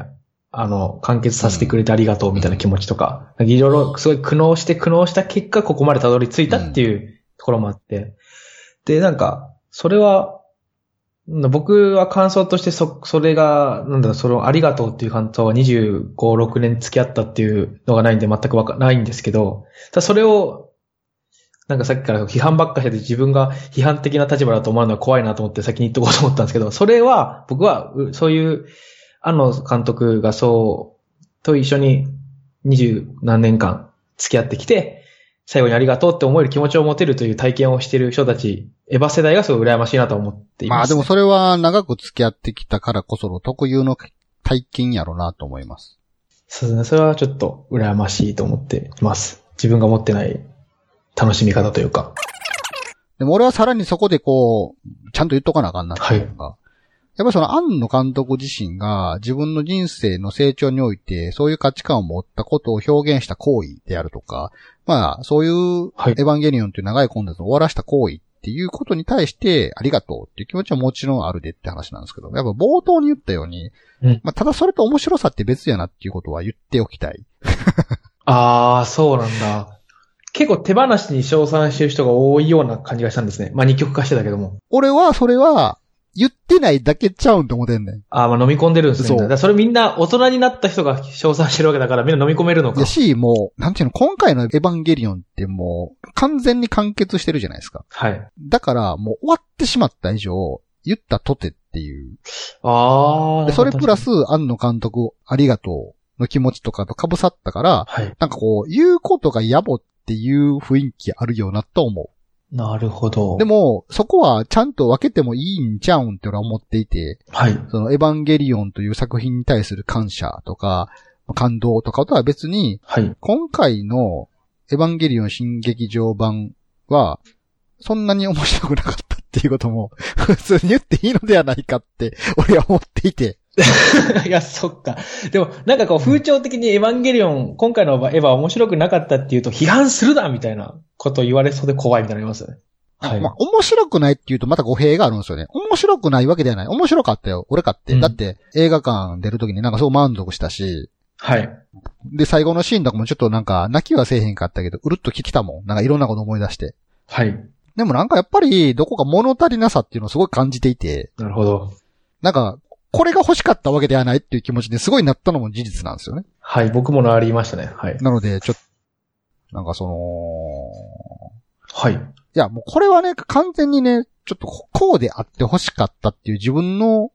[SPEAKER 2] あの、完結させてくれてありがとうみたいな気持ちとか、なんかいろいろすごい苦悩して苦悩した結果、ここまでたどり着いたっていうところもあって。で、なんか、それは、な僕は感想としてそ、それが、なんだろう、そのありがとうっていう感想は25、6年付き合ったっていうのがないんで全くわかないんですけど、ただそれを、なんかさっきから批判ばっかしてて自分が批判的な立場だと思われるのは怖いなと思って先に言っとこうと思ったんですけど、それは僕はうそういう、あの監督がそう、と一緒に20何年間付き合ってきて、最後にありがとうって思える気持ちを持てるという体験をしている人たち、エヴァ世代がすごい羨ましいなと思ってい
[SPEAKER 1] ま
[SPEAKER 2] ま
[SPEAKER 1] あ
[SPEAKER 2] す。
[SPEAKER 1] でもそれは長く付き合ってきたからこその特有の体験やろうなと思います。
[SPEAKER 2] そうですね。それはちょっと羨ましいと思ってます。自分が持ってない楽しみ方というか。
[SPEAKER 1] でも俺はさらにそこでこう、ちゃんと言っとかなあかんなっていうか、やっぱりその庵野監督自身が自分の人生の成長においてそういう価値観を持ったことを表現した行為であるとか、まあそういうエヴ
[SPEAKER 2] はい
[SPEAKER 1] ァンゲリオンという長いコンテンツを終わらした行為っていうことに対してありがとうっていう気持ちはもちろんあるでって話なんですけど、やっぱ冒頭に言ったように、
[SPEAKER 2] うん
[SPEAKER 1] まあただそれと面白さって別やなっていうことは言っておきたい。
[SPEAKER 2] ああ、そうなんだ。結構手放しに称賛してる人が多いような感じがしたんですね。まあ、二極化してたけども。
[SPEAKER 1] 俺はそれは言ってないだけちゃうんと思ってんねん。
[SPEAKER 2] ああ、まあ飲み込んでるんですね。
[SPEAKER 1] そう
[SPEAKER 2] だからそれみんな大人になった人が称賛してるわけだからみんな飲み込めるのか
[SPEAKER 1] や。し、もう、なんていうの、今回のエヴァンゲリオンってもう完全に完結してるじゃないですか。
[SPEAKER 2] はい。
[SPEAKER 1] だから、もう終わってしまった以上、言ったとてっていう。
[SPEAKER 2] ああ。
[SPEAKER 1] で、それプラ
[SPEAKER 2] ス。
[SPEAKER 1] ス、庵野監督、ありがとうの気持ちとかと被さったから、
[SPEAKER 2] はい。
[SPEAKER 1] なんかこう、言うことが野暮っていう雰囲気あるよなと思
[SPEAKER 2] なるほ
[SPEAKER 1] う。
[SPEAKER 2] ど。
[SPEAKER 1] で、も、そこはちゃんと分けてもいいんちゃうんって俺は思っていて、
[SPEAKER 2] はい。
[SPEAKER 1] その、エヴァンゲリオンという作品に対する感謝とか、感動とかとは別に、
[SPEAKER 2] はい。
[SPEAKER 1] 今回のエヴァンゲリオン新劇場版は、そんなに面白くなかったっていうことも、 普通に言っていいのではないかって、俺は思っていて。
[SPEAKER 2] いや、そっか。でも、なんかこう、風潮的にエヴァンゲリオン、今回のエヴァは面白くなかったっていうと、批判するなみたいなこと言われそうで怖いみたいなのありますよね。はい。
[SPEAKER 1] まあ、面白くないっていうとまた語弊があるんですよね。面白くないわけではない。面白かったよ。俺かって。
[SPEAKER 2] うん
[SPEAKER 1] だって、映画館出るときになんかそう満足したし、
[SPEAKER 2] はい。
[SPEAKER 1] で、最後のシーンとかもちょっとなんか、泣きはせえへんかったけど、うるっと聞きたもん。なんかいろんなこと思い出して。
[SPEAKER 2] はい。
[SPEAKER 1] でもなんかやっぱり、どこか物足りなさっていうのをすごい感じていて、
[SPEAKER 2] なるほど。
[SPEAKER 1] なんか、これが欲しかったわけではないっていう気持ちですごいなったのも事実なんですよね。
[SPEAKER 2] はい。僕もありましたね。はい。
[SPEAKER 1] なので、ちょっと、なんかその、
[SPEAKER 2] はい。
[SPEAKER 1] いや、もうこれはね、完全にね、ちょっとここうであって欲しかったっていう自分の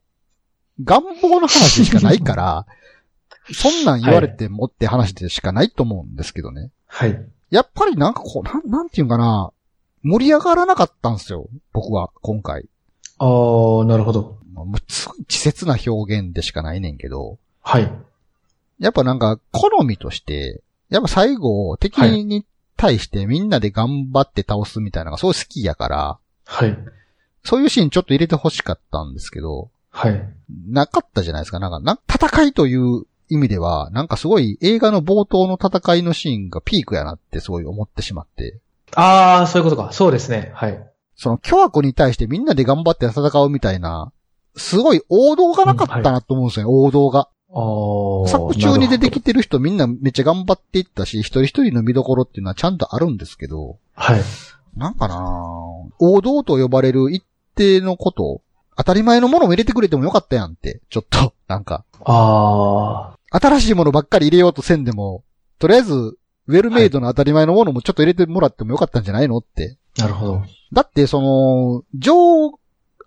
[SPEAKER 1] 願望の話しかないから、そんなん言われてもって話でしかないと思うんですけどね。
[SPEAKER 2] はい。
[SPEAKER 1] やっぱりなんかこう、なん、なんていうんかな、盛り上がらなかったんですよ。僕は、今回。
[SPEAKER 2] あー、なるほど。
[SPEAKER 1] まあもうすごい稚拙な表現でしかないねんけど。
[SPEAKER 2] はい。
[SPEAKER 1] やっぱなんか、好みとして、やっぱ最後、敵
[SPEAKER 2] はい
[SPEAKER 1] に対してみんなで頑張って倒すみたいなのがすごい好きやから、
[SPEAKER 2] はい。
[SPEAKER 1] そういうシーンちょっと入れて欲しかったんですけど、
[SPEAKER 2] はい。
[SPEAKER 1] なかったじゃないですか。なんか、な戦いという意味では、なんかすごい映画の冒頭の戦いのシーンがピークやなってすごい思ってしまって、
[SPEAKER 2] あー、そういうことか。そうですね。はい。
[SPEAKER 1] その巨悪に対してみんなで頑張って戦うみたいな、すごい王道がなかったなと思うんですよね、王道が。
[SPEAKER 2] あー。
[SPEAKER 1] 作中に出て
[SPEAKER 2] なる
[SPEAKER 1] きてる人みんなめっちゃ頑張っていったし、一人一人の見どころっていうのはちゃんとあるんですけど、
[SPEAKER 2] ほどはい。
[SPEAKER 1] なんかなぁ王道と呼ばれる一定のこと、当たり前のものも入れてくれてもよかったやんって、ちょっと、なんか、
[SPEAKER 2] あ
[SPEAKER 1] 新しいものばっかり入れようとせんでも、とりあえず、ウェルメイドの当たり前のものもちょっと入れてもらってもよかったんじゃないのって。
[SPEAKER 2] ー。なるほど。
[SPEAKER 1] だって、その、上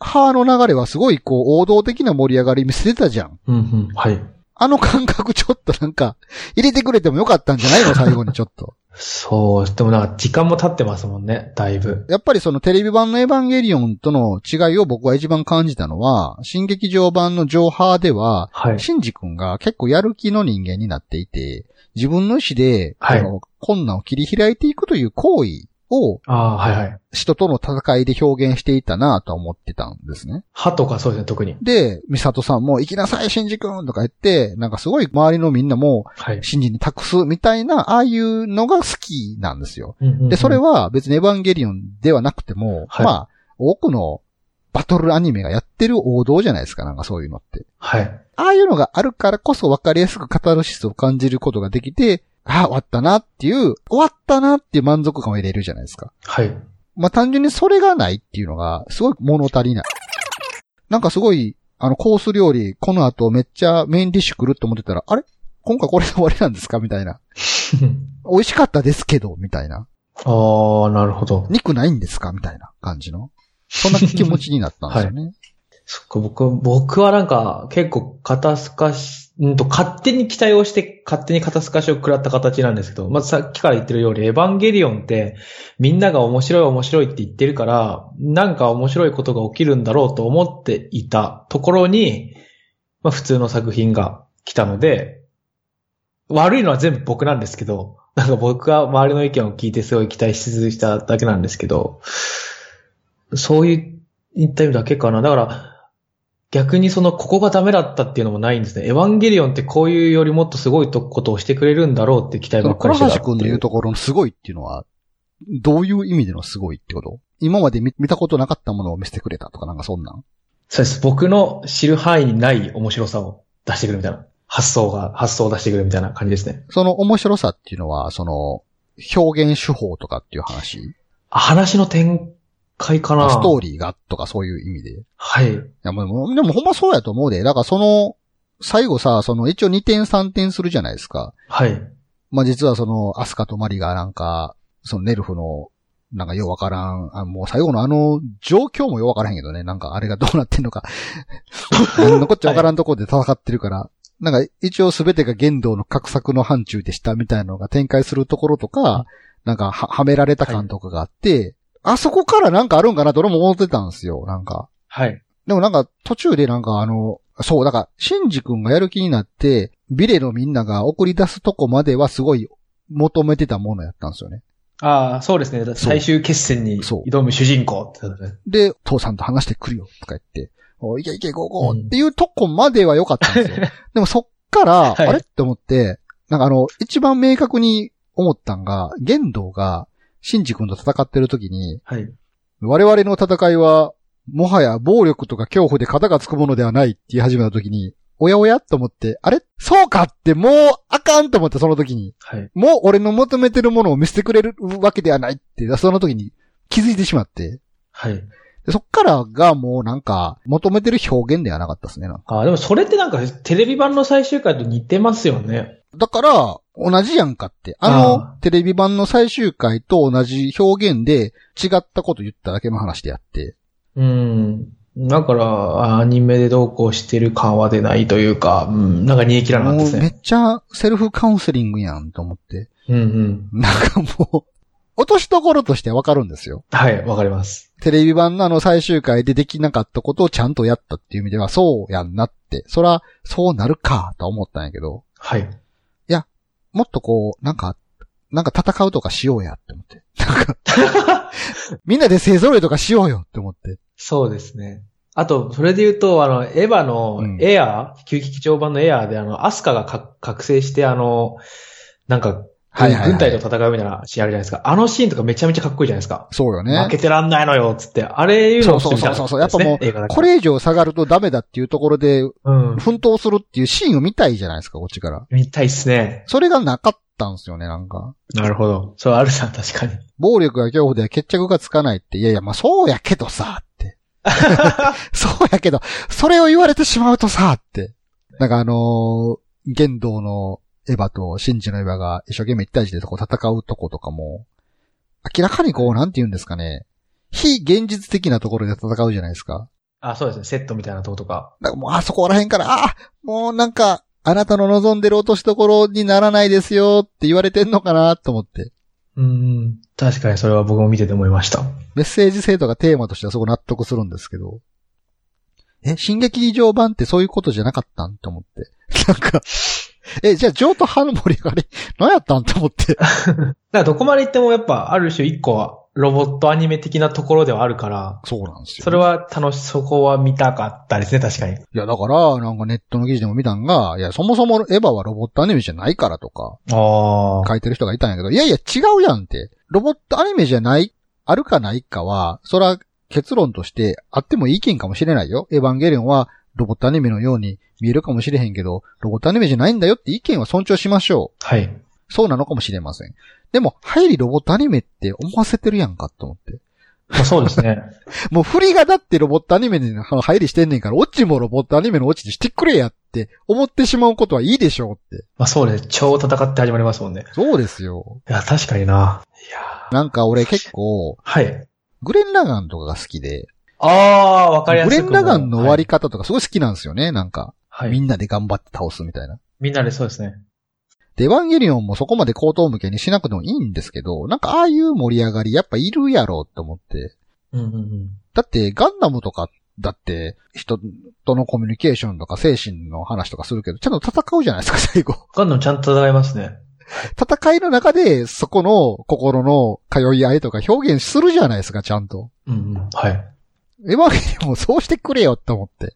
[SPEAKER 1] 派の流れはすごいこう、王道的な盛り上がり見せてたじゃん。
[SPEAKER 2] うんうん。はい。
[SPEAKER 1] あの感覚ちょっとなんか、入れてくれてもよかったんじゃないの最後にちょっと。
[SPEAKER 2] そう。でもなんか時間も経ってますもんね。だいぶ。
[SPEAKER 1] やっぱりそのテレビ版のエヴァンゲリオンとの違いを僕は一番感じたのは、新劇場版の上派では、
[SPEAKER 2] はい。
[SPEAKER 1] シンジ君が結構やる気の人間になっていて、自分の意思で、
[SPEAKER 2] はい
[SPEAKER 1] その困難を切り開いていくという行為を
[SPEAKER 2] あー、はいはい。
[SPEAKER 1] 人との戦いで表現していたなぁとは思ってたんですね。
[SPEAKER 2] 歯とかそうですね、特に。
[SPEAKER 1] で、ミサトさんも行きなさい、シンジ君とか言って、なんかすごい周りのみんなも
[SPEAKER 2] はい。
[SPEAKER 1] シンジに託すみたいな、ああいうのが好きなんですよ。
[SPEAKER 2] うんうんうん
[SPEAKER 1] で、それ、は別にエヴァンゲリオンではなくても、
[SPEAKER 2] はい
[SPEAKER 1] まあ、多くのバトルアニメがやってる王道じゃないですか、なんかそういうのって。
[SPEAKER 2] はい。
[SPEAKER 1] ああいうのがあるからこそ分かりやすくカタルシスを感じることができて、ああ、終わったなっていう、終わったなっていう満足感を得れるじゃないですか。
[SPEAKER 2] はい。
[SPEAKER 1] まあ単純にそれがないっていうのが、すごい物足りない。なんかすごい、あの、コース料理、この後めっちゃメインディッシュ来ると思ってたら、あれ今回これで終わりなんですかみたいな。美味しかったですけど、みたいな。
[SPEAKER 2] ああ、なるほど。
[SPEAKER 1] 肉ないんですかみたいな感じの。そんな気持ちになったんですよね。
[SPEAKER 2] そっか、僕、僕はなんか、結構、肩透かし、うんと、勝手に期待をして、勝手に肩透かしを食らった形なんですけど、まずさっきから言ってるように、エヴァンゲリオンって、みんなが面白い面白いって言ってるから、なんか面白いことが起きるんだろうと思っていたところに、まあ普通の作品が来たので、悪いのは全部僕なんですけど、なんか僕が周りの意見を聞いてすごい期待し続けただけなんですけど、そういうインタビューだけかな。だから、逆にその、ここがダメだったっていうのもないんですね。エヴァンゲリオンってこういうよりもっとすごいとことをしてくれるんだろうって期待
[SPEAKER 1] そ
[SPEAKER 2] ば
[SPEAKER 1] の
[SPEAKER 2] っかり
[SPEAKER 1] 倉
[SPEAKER 2] してた
[SPEAKER 1] 橋くんの言うところのすごいっていうのは、どういう意味でのすごいってこと今まで見見たことなかったものを見せてくれたとかなんかそんなん
[SPEAKER 2] そうです。僕の知る範囲にない面白さを出してくるみたいな。発想が、発想を出してくるみたいな感じですね。
[SPEAKER 1] その面白さっていうのは、その、表現手法とかっていう話
[SPEAKER 2] あ話の展開かな
[SPEAKER 1] ストー
[SPEAKER 2] リー。
[SPEAKER 1] リーがとかそういう意味で。い
[SPEAKER 2] はい。
[SPEAKER 1] や、もう、でもほんまそうやと思うで。だからその、最後さ、その一応2点3点するじゃないですか。
[SPEAKER 2] はい。
[SPEAKER 1] まあ、実はその、アスカとマリがなんか、そのネルフの、なんかようわからん、あもう最後のあの、状況もようわからへんけどね、なんかあれがどうなってんのか。何のこっちゃわからんところで戦ってるから、なんか一応すべてが言動の格策の範疇でしたみたいなのが展開するところとか、なんかははめられた感とかがあって、あそこからなんかあるんかなと俺も思ってたんですよ、なんか。
[SPEAKER 2] はい。
[SPEAKER 1] でもなんか途中でなんかあの、そう、だから、シンジ君がやる気になって、ビレのみんなが送り出すとこまではすごい求めてたものやったんですよね。
[SPEAKER 2] ああ、そうですね。最終決戦に
[SPEAKER 1] そう
[SPEAKER 2] 挑む主人公ってことですね
[SPEAKER 1] で、父さんと話してくるよとか言って、おいけいけ、ゴーゴーっていうとこまでは良かったんですよ。 でもそっから、
[SPEAKER 2] はい
[SPEAKER 1] あれって思って、なんかあの、一番明確に思ったんが、玄道が、シンジ君と戦ってる時に、
[SPEAKER 2] はい。
[SPEAKER 1] 我々の戦いは、もはや暴力とか恐怖で肩がつくものではないって言い始めた時に、おやおやと思って、あれそうかってもうあかんと思ってその時に、
[SPEAKER 2] はい。
[SPEAKER 1] もう俺の求めてるものを見せてくれるわけではないって、その時に気づいてしまって、
[SPEAKER 2] はい。
[SPEAKER 1] でそっからがもうなんか、求めてる表現ではなかったですね。なんか
[SPEAKER 2] ああ、でもそれってなんかテレビ版の最終回と似てますよね。
[SPEAKER 1] だから、同じやんかって。あ
[SPEAKER 2] あ
[SPEAKER 1] の、テレビ版の最終回と同じ表現で違ったこと言っただけの話であって。
[SPEAKER 2] うん。だから、アニメでどうこうしてる感は出ないというか、うん、なんか煮え切らなかった
[SPEAKER 1] も
[SPEAKER 2] で
[SPEAKER 1] う
[SPEAKER 2] す
[SPEAKER 1] め
[SPEAKER 2] ね。
[SPEAKER 1] っちゃセルフカウンセリングやんと思って。
[SPEAKER 2] うんうん。
[SPEAKER 1] なんかもう、落としどころとしてわかるんですよ。
[SPEAKER 2] はい、わかります。
[SPEAKER 1] テレビ版のあの最終回でできなかったことをちゃんとやったっていう意味では、そうやんなって。そら、そうなるか、とは思ったんやけど、
[SPEAKER 2] はい。
[SPEAKER 1] もっとこう、なんか、なんか戦うとかしようやって思って。 なんか、みんなで勢ぞろいとかしようよって思って。
[SPEAKER 2] そうですね。あと、それで言うと、あの、エヴァの
[SPEAKER 1] うん
[SPEAKER 2] エアー、旧劇場版のエアーで、あの、アスカがか覚醒して、あの、なんか、
[SPEAKER 1] はいはいはい
[SPEAKER 2] 軍隊と戦うみたいなシーンあるじゃないですか。あのシーンとかめちゃめちゃかっこいいじゃないですか。
[SPEAKER 1] そうよ
[SPEAKER 2] 負け
[SPEAKER 1] ね。
[SPEAKER 2] てらんないのよ、つって。あれいうのを
[SPEAKER 1] そうそうそうそうそう
[SPEAKER 2] ちょっと見
[SPEAKER 1] やっぱ
[SPEAKER 2] たか
[SPEAKER 1] も
[SPEAKER 2] ったですね映画だから
[SPEAKER 1] これ以上下がるとダメだっていうところで、
[SPEAKER 2] うん。
[SPEAKER 1] 奮闘するっていうシーンを見たいじゃないですか、こっちから。
[SPEAKER 2] 見たいっすね。
[SPEAKER 1] それがなかったんですよね、なんか。
[SPEAKER 2] なるほど。そう、あるさ、確かに。
[SPEAKER 1] 暴力や恐怖では決着がつかないって、いやいや、まあそうやけどさ、って。 そうやけど、それを言われてしまうとさ、って。なんかあのー、玄道のエヴァとシンジのエヴァが一生懸命一対一でこう戦うとことかも、明らかにこう、なんて言うんですかね、非現実的なところで戦うじゃないですか。
[SPEAKER 2] あ、そうですね。セットみたいなとことか。
[SPEAKER 1] なんかもうあそこら辺から、あもうなんか、あなたの望んでる落としどころにならないですよって言われてんのかなと思って。
[SPEAKER 2] うん。確かにそれは僕も見てて思いました。
[SPEAKER 1] メッセージ性とかテーマとしてはすごい納得するんですけど。え、新劇劇場版ってそういうことじゃなかったんと思って。 なんか、え、じゃあ、ジョーとハルモリがあれ、 何やったんと思 って。
[SPEAKER 2] だからどこまで行ってもやっぱある種一個はロボットアニメ的なところではあるから、
[SPEAKER 1] そうなんですよ。
[SPEAKER 2] それは楽し、そこは見たかったですね、確かに。
[SPEAKER 1] いや、だから、なんかネットの記事でも見たんが、いや、そもそもエヴァはロボットアニメじゃないからとか、
[SPEAKER 2] ああ。
[SPEAKER 1] 書いてる人がいたんやけど、いやいや、違うやんって。ロボットアニメじゃない、あるかないかは、そら結論としてあってもいい意見かもしれないよ。エヴァンゲリオンはロボットアニメのように見えるかもしれへんけど、ロボットアニメじゃないんだよって意見は尊重しましょ
[SPEAKER 2] はい。
[SPEAKER 1] う。そうなのかもしれません。でも、入りロボットアニメって思わせてるやんかと思って。
[SPEAKER 2] まあ、そうですね。
[SPEAKER 1] もう振りがだってロボットアニメに入りしてんねんから、オチもロボットアニメのオチにしてくれやって思ってしまうことはいいでしょうって。
[SPEAKER 2] まあそうです。超戦って始まりますもんね。
[SPEAKER 1] そうですよ。
[SPEAKER 2] いや、確かにな。いやー
[SPEAKER 1] なんか俺結構、
[SPEAKER 2] はい。
[SPEAKER 1] グレン・ラガンとかが好きで、
[SPEAKER 2] ああ、わかりや
[SPEAKER 1] グ
[SPEAKER 2] すい。
[SPEAKER 1] レン・ラガンの終わり方とかすごい好きなんですよね、なんか。
[SPEAKER 2] はい。は
[SPEAKER 1] み
[SPEAKER 2] い
[SPEAKER 1] んなで頑張って倒すみたいな。
[SPEAKER 2] みんなでそうですね。
[SPEAKER 1] で、エヴァンゲリオンもそこまで口頭向けにしなくてもいいんですけど、なんかああいう盛り上がりやっぱいるやろうと思って。
[SPEAKER 2] うんうんうん。
[SPEAKER 1] だってガンダムとかだって人とのコミュニケーションとか精神の話とかするけど、ちゃんと戦うじゃないですか、最後。
[SPEAKER 2] ガンダムちゃんと戦いますね。
[SPEAKER 1] 戦いの中で、そこの心の通い合いとか表現するじゃないですか、ちゃんと。
[SPEAKER 2] うんうん。はい。
[SPEAKER 1] エヴァンゲリオンもそうしてくれよって思って。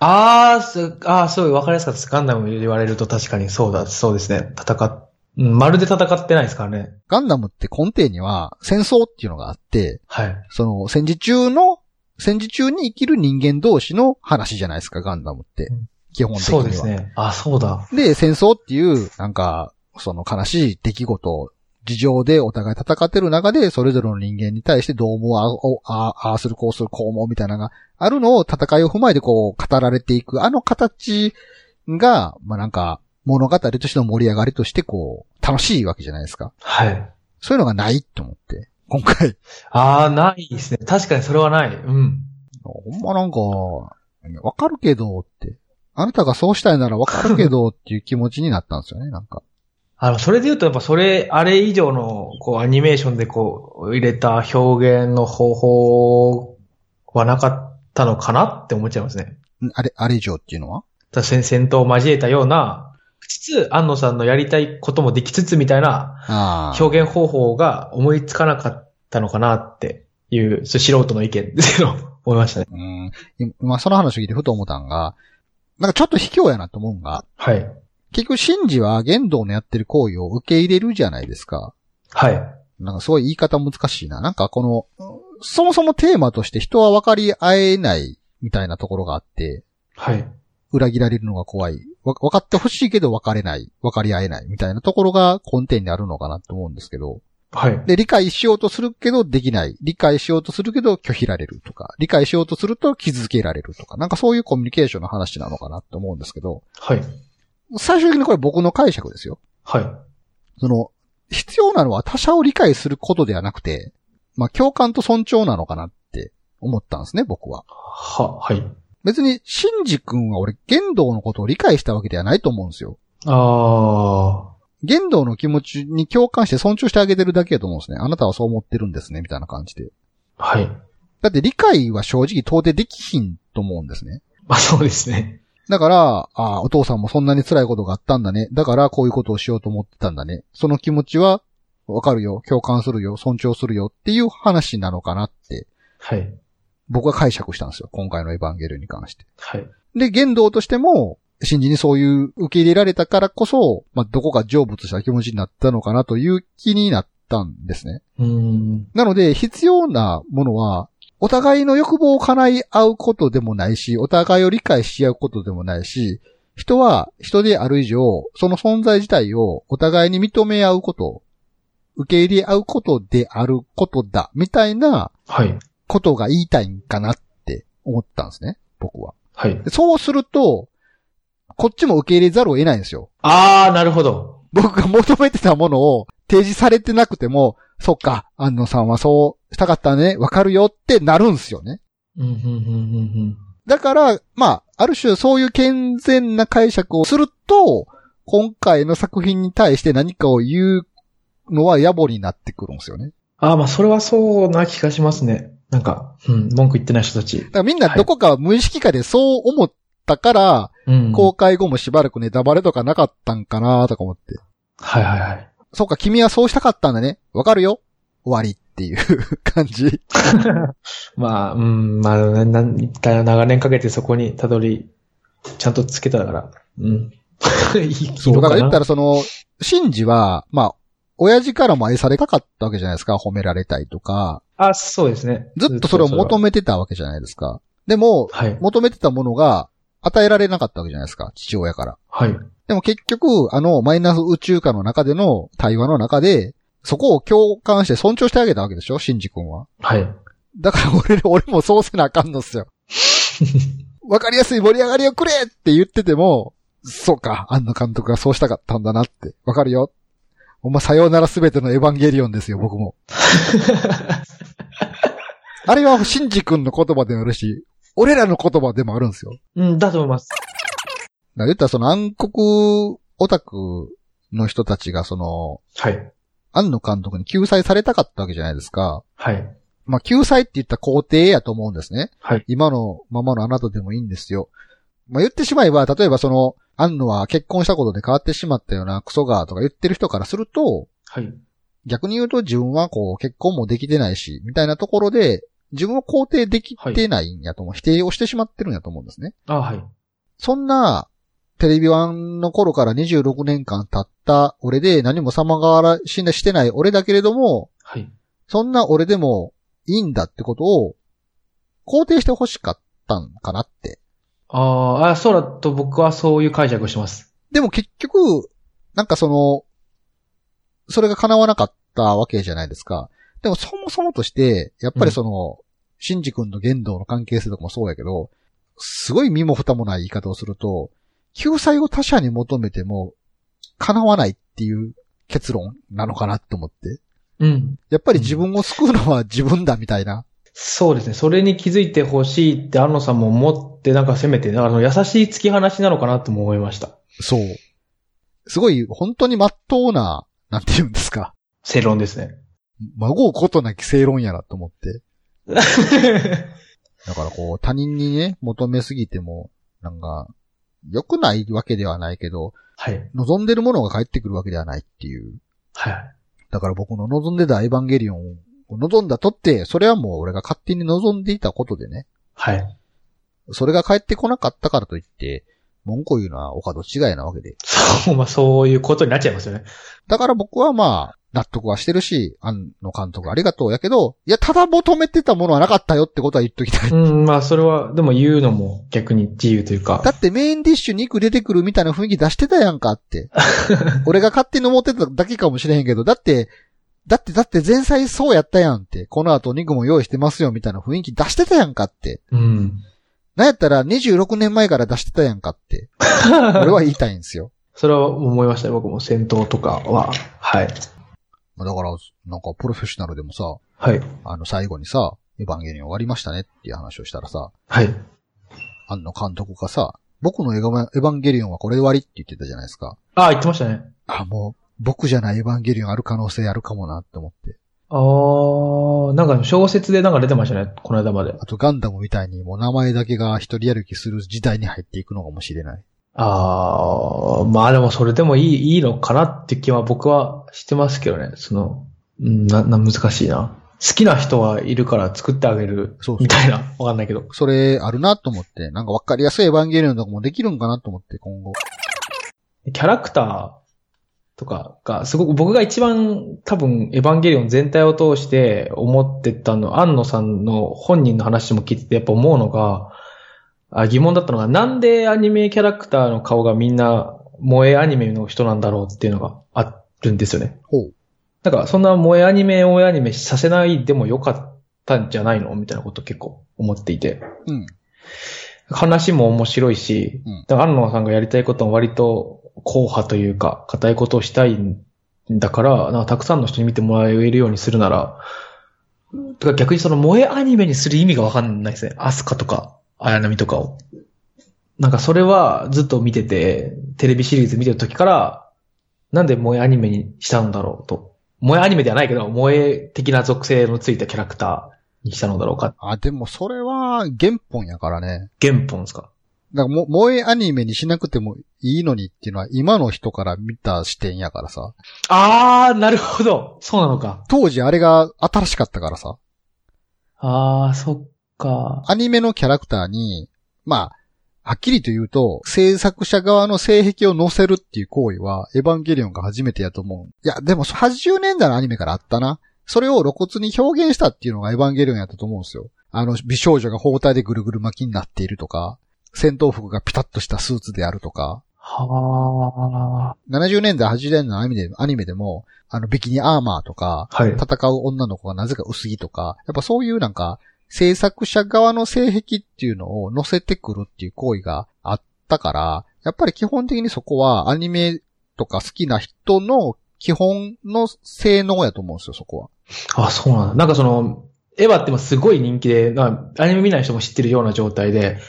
[SPEAKER 2] あー、す、あー、すごい分かりやすかったです。ガンダム言われると確かにそうだ、そうですね。戦っ、うんまるで戦ってないですからね。
[SPEAKER 1] ガンダムって根底には戦争っていうのがあって、
[SPEAKER 2] はい。
[SPEAKER 1] その戦時中の、戦時中に生きる人間同士の話じゃないですか、ガンダムって
[SPEAKER 2] うん。
[SPEAKER 1] 基本的に
[SPEAKER 2] そ
[SPEAKER 1] は。
[SPEAKER 2] うですね。あ、そうだ。
[SPEAKER 1] で、戦争っていう、なんか、その悲しい出来事、事情でお互い戦ってる中で、それぞれの人間に対してどう思う、あおあああする、こうする、こう思うみたいなのがあるのを戦いを踏まえてこう語られていく、あの形が、まあなんか、物語としての盛り上がりとしてこう、楽しいわけじゃないですか。
[SPEAKER 2] はい。
[SPEAKER 1] そういうのがないと思って、今回、
[SPEAKER 2] あー、ないですね。確かにそれはない。うん。
[SPEAKER 1] ほんまなんか、わかるけどって、あなたがそうしたいならわかるけどっていう気持ちになったんですよね、 なんか。
[SPEAKER 2] あの、それで言うと、やっぱそれ、あれ以上の、こう、アニメーションでこう、入れた表現の方法はなかったのかなって思っちゃいますね。
[SPEAKER 1] んあれ、あれ以上っていうのは
[SPEAKER 2] ただ戦戦闘を交えたような、つつ、安野さんのやりたいこともできつつみたいな
[SPEAKER 1] ああ。
[SPEAKER 2] 表現方法が思いつかなかったのかなっていう、そう素人の意見ですけど、思いましたね。
[SPEAKER 1] うん。今、その話を聞いてふと思ったんが、なんかちょっと卑怯やなと思うんが、
[SPEAKER 2] はい。
[SPEAKER 1] 結局、シンジは言動のやってる行為を受け入れるじゃないですか。
[SPEAKER 2] はい。
[SPEAKER 1] なんかすごい言い方難しいな。なんかこの、そもそもテーマとして人は分かり合えないみたいなところがあって、
[SPEAKER 2] はい。
[SPEAKER 1] 裏切られるのが怖い。わ分かってほしいけど分かれない。分かり合えないみたいなところが根底にあるのかなと思うんですけど。
[SPEAKER 2] はい。
[SPEAKER 1] で、理解しようとするけどできない。理解しようとするけど拒否られるとか、理解しようとすると気づけられるとか、なんかそういうコミュニケーションの話なのかなと思うんですけど、
[SPEAKER 2] はい。
[SPEAKER 1] 最終的にこれ僕の解釈ですよ。
[SPEAKER 2] はい。
[SPEAKER 1] その、必要なのは他者を理解することではなくて、まあ共感と尊重なのかなって思ったんですね、僕は。
[SPEAKER 2] は、はい。
[SPEAKER 1] 別に、シンジ君は俺、言動のことを理解したわけではないと思うんですよ。
[SPEAKER 2] あ
[SPEAKER 1] 言動の気持ちに共感して尊重してあげてるだけだと思うんですね。あなたはそう思ってるんですね、みたいな感じで。
[SPEAKER 2] ー。はい。
[SPEAKER 1] だって理解は正直到底できひんと思うんですね。
[SPEAKER 2] まあそうですね。
[SPEAKER 1] だから、ああ、お父さんもそんなに辛いことがあったんだね。だからこういうことをしようと思ってたんだね。その気持ちはわかるよ、共感するよ、尊重するよっていう話なのかなって、
[SPEAKER 2] はい。
[SPEAKER 1] 僕は解釈したんですよ。今回のエヴァンゲルに関して。
[SPEAKER 2] はい。
[SPEAKER 1] で、言動としても、真珠にそういう受け入れられたからこそ、まあ、どこか成仏した気持ちになったのかなという気になったんですね。
[SPEAKER 2] うーん。
[SPEAKER 1] なので、必要なものは、お互いの欲望を叶い合うことでもないし、お互いを理解し合うことでもないし、人は人である以上、その存在自体をお互いに認め合うこと、受け入れ合うことであることだ、みたいな
[SPEAKER 2] はい。
[SPEAKER 1] ことが言いたいんかなって思ったんですね、僕は。
[SPEAKER 2] はい
[SPEAKER 1] で。そうすると、こっちも受け入れざるを得ないんですよ。
[SPEAKER 2] あー、なるほど。
[SPEAKER 1] 僕が求めてたものを提示されてなくても、そっか、安野さんはそうしたかったね、わかるよってなるんすよね。
[SPEAKER 2] うん、うん、うん、うん、
[SPEAKER 1] だから、まあ、ある種そういう健全な解釈をすると、今回の作品に対して何かを言うのは野暮になってくるんですよね。
[SPEAKER 2] あー、まあそれはそうな気がしますね。なんか、うん、文句言ってない人たち
[SPEAKER 1] だ。からみんなどこか無意識下でそう思ったから、
[SPEAKER 2] うん。
[SPEAKER 1] 公開後もしばらくネタバレとかなかったんかなとか思って。
[SPEAKER 2] はいはいはい。
[SPEAKER 1] そっか、君はそうしたかったんだね。わかるよ。終わりっていう感じ。
[SPEAKER 2] まあ、うん、まあ、な、な、長年かけてそこにたどり、ちゃんとつけたから。 うん。いい、いい
[SPEAKER 1] だ
[SPEAKER 2] の
[SPEAKER 1] から
[SPEAKER 2] か
[SPEAKER 1] 言った
[SPEAKER 2] な。
[SPEAKER 1] らその、シンジは、まあ、親父からも愛されたかったわけじゃないですか。褒められたいとか。
[SPEAKER 2] あ、そうですね。
[SPEAKER 1] ずっとそれを求
[SPEAKER 2] め、
[SPEAKER 1] めてたわけじゃないですか。でも、
[SPEAKER 2] はい。
[SPEAKER 1] 求めてたものが与えられなかったわけじゃないですか。父親から。
[SPEAKER 2] はい。
[SPEAKER 1] でも結局、あの、マイナス宇宙化の中での対話の中で、そこを共感して尊重してあげたわけでしょシンジ君は。
[SPEAKER 2] はい。
[SPEAKER 1] だから俺、俺もそうせなあかんのっすよ。わかりやすい盛り上がりをくれって言ってても、そうか、安野監督がそうしたかったんだなって、わかるよ。お前さようならすべてのエヴァンゲリオンですよ、僕も。あれは、シンジ君の言葉でもあるし、俺らの言葉でもあるんですよ。
[SPEAKER 2] うん、だと思います。
[SPEAKER 1] だから言ったらその暗黒オタクの人たちがその、
[SPEAKER 2] はい。
[SPEAKER 1] 安野監督に救済されたかったわけじゃないですか。
[SPEAKER 2] はい。
[SPEAKER 1] まあ、救済って言ったら肯定やと思うんですね。
[SPEAKER 2] はい。
[SPEAKER 1] 今のままのあなたでもいいんですよ。まあ、言ってしまえば、例えばその、あんのは結婚したことで変わってしまったようなクソがとか言ってる人からすると、
[SPEAKER 2] はい。
[SPEAKER 1] 逆に言うと自分はこう結婚もできてないし、みたいなところで、自分を肯定できてないんやと思う、否定をしてしまってるんやと思うんですね。
[SPEAKER 2] あ、はい。
[SPEAKER 1] そんな、テレビワンの頃から26年間経った俺で何も様変わらしなしてない俺だけれども、
[SPEAKER 2] はい。
[SPEAKER 1] そんな俺でもいいんだってことを肯定してほしかったんかなって。
[SPEAKER 2] あーあ、そうだと僕はそういう解釈をしてます。
[SPEAKER 1] でも結局、なんかその、それが叶わなかったわけじゃないですか。でもそもそもとして、やっぱりその、シンジ君の言動の関係性とかもそうやけど、すごい身も蓋もない言い方をすると、救済を他者に求めても叶わないっていう結論なのかなって思って。
[SPEAKER 2] うん。
[SPEAKER 1] やっぱり自分を救うのは自分だみたいな。
[SPEAKER 2] そうですね。それに気づいてほしいって安野さんも思って、なんかせめて、あの、優しい突き放しなのかなとも思いました。
[SPEAKER 1] そう。すごい、本当に真っ当な、なんて言うんですか。
[SPEAKER 2] 正論です ね。
[SPEAKER 1] 孫うことなき正論やなと思って。だからこう、他人にね、求めすぎても、なんか、良くないわけではないけど、
[SPEAKER 2] はい。
[SPEAKER 1] 望んでるものが返ってくるわけではないっていう。
[SPEAKER 2] はい。
[SPEAKER 1] だから僕の望んでたエヴァンゲリオンを望んだとって、それはもう俺が勝手に望んでいたことでね、
[SPEAKER 2] はい。
[SPEAKER 1] それが返ってこなかったからといって、文句言うのはお門違いなわけで。
[SPEAKER 2] そう、まあ、そういうことになっちゃいますよね。
[SPEAKER 1] だから僕はまあ、納得はしてるし、あの監督ありがとうやけど、いや、ただ求めてたものはなかったよってことは言っときたい。
[SPEAKER 2] うん、まあ、それは、でも言うのも逆に自由というか
[SPEAKER 1] だ。ってメインディッシュ肉出てくるみたいな雰囲気出してたやんか って。俺が勝手に思ってただけかもしれへんけど、だって、だってだって前菜そうやったやんって。この後肉も用意してますよみたいな雰囲気出してたやんかって。
[SPEAKER 2] うん。
[SPEAKER 1] なんやったら26年前から出してたやんかって。俺は言いたいんですよ。
[SPEAKER 2] それは思いましたよ僕も戦闘とかは。はい。
[SPEAKER 1] だから、なんかプロフェッショナルでもさ、
[SPEAKER 2] はい。
[SPEAKER 1] あの最後にさ、エヴァンゲリオン終わりましたねっていう話をしたらさ、
[SPEAKER 2] はい。
[SPEAKER 1] あの監督がさ、僕のエヴァエヴァンゲリオンはこれで終わりって言ってたじゃないですか。
[SPEAKER 2] ああ、言ってましたね。
[SPEAKER 1] あ、もう、僕じゃないエヴァンゲリオンある可能性あるかもなって思って。
[SPEAKER 2] ああ、なんか小説でなんか出てましたね。この間まで。
[SPEAKER 1] あとガンダムみたいにもう名前だけが一人歩きする時代に入っていくのかもしれない。
[SPEAKER 2] ああ、まあでもそれでもいい、いいのかなって気は僕はしてますけどね。その、うん、な、な、難しいな。好きな人はいるから作ってあげる
[SPEAKER 1] そうそう。
[SPEAKER 2] みたいな。わかんないけど。
[SPEAKER 1] それあるなと思って、なんかわかりやすいエヴァンゲリオンとかもできるんかなと思って今後。
[SPEAKER 2] キャラクターとかが、すごく僕が一番多分エヴァンゲリオン全体を通して思ってたの、安野さんの本人の話も聞いててやっぱ思うのが、あ疑問だったのが、なんでアニメキャラクターの顔がみんな萌えアニメの人なんだろうっていうのがあるんですよね。
[SPEAKER 1] ほう。
[SPEAKER 2] なんか、そんな萌えアニメ、萌えアニメさせないでもよかったんじゃないのみたいなこと結構思っていて。
[SPEAKER 1] うん。
[SPEAKER 2] 話も面白いし
[SPEAKER 1] うん、
[SPEAKER 2] だから安野さんがやりたいことも割と硬派というか、硬いことをしたいんだから、なんかたくさんの人に見てもらえるようにするなら、とか逆にその萌えアニメにする意味がわかんないですね。アスカとか、綾波とかを。なんかそれはずっと見てて、テレビシリーズ見てる時から、なんで萌えアニメにしたんだろうと。萌えアニメではないけど、萌え的な属性のついたキャラクターにしたのだろうか。
[SPEAKER 1] あ、でもそれは原本やからね。
[SPEAKER 2] 原本ですか
[SPEAKER 1] なんかも、萌えアニメにしなくてもいいのにっていうのは今の人から見た視点やからさ。
[SPEAKER 2] あー、なるほど。そうなのか。
[SPEAKER 1] 当時あれが新しかったからさ。
[SPEAKER 2] あー、そっか。
[SPEAKER 1] アニメのキャラクターに、まあ、はっきりと言うと、制作者側の性癖を乗せるっていう行為は、エヴァンゲリオンが初めてやと思う。いや、でも80年代のアニメからあったな。それを露骨に表現したっていうのがエヴァンゲリオンやったと思うんですよ。あの、美少女が包帯でぐるぐる巻きになっているとか、戦闘服がピタッとしたスーツであるとか、
[SPEAKER 2] は
[SPEAKER 1] 70年代、80年代のアニメでアニメでも、あの、ビキニアーマーとか、
[SPEAKER 2] ー。はい。
[SPEAKER 1] 戦う女の子がなぜか薄着とか、やっぱそういうなんか、制作者側の性癖っていうのを乗せてくるっていう行為があったから、やっぱり基本的にそこはアニメとか好きな人の基本の性能やと思うんですよ、そこは。
[SPEAKER 2] あ、そうなんだ。なんかその、エヴァってもすごい人気で、まあアニメ見ない人も知ってるような状態で、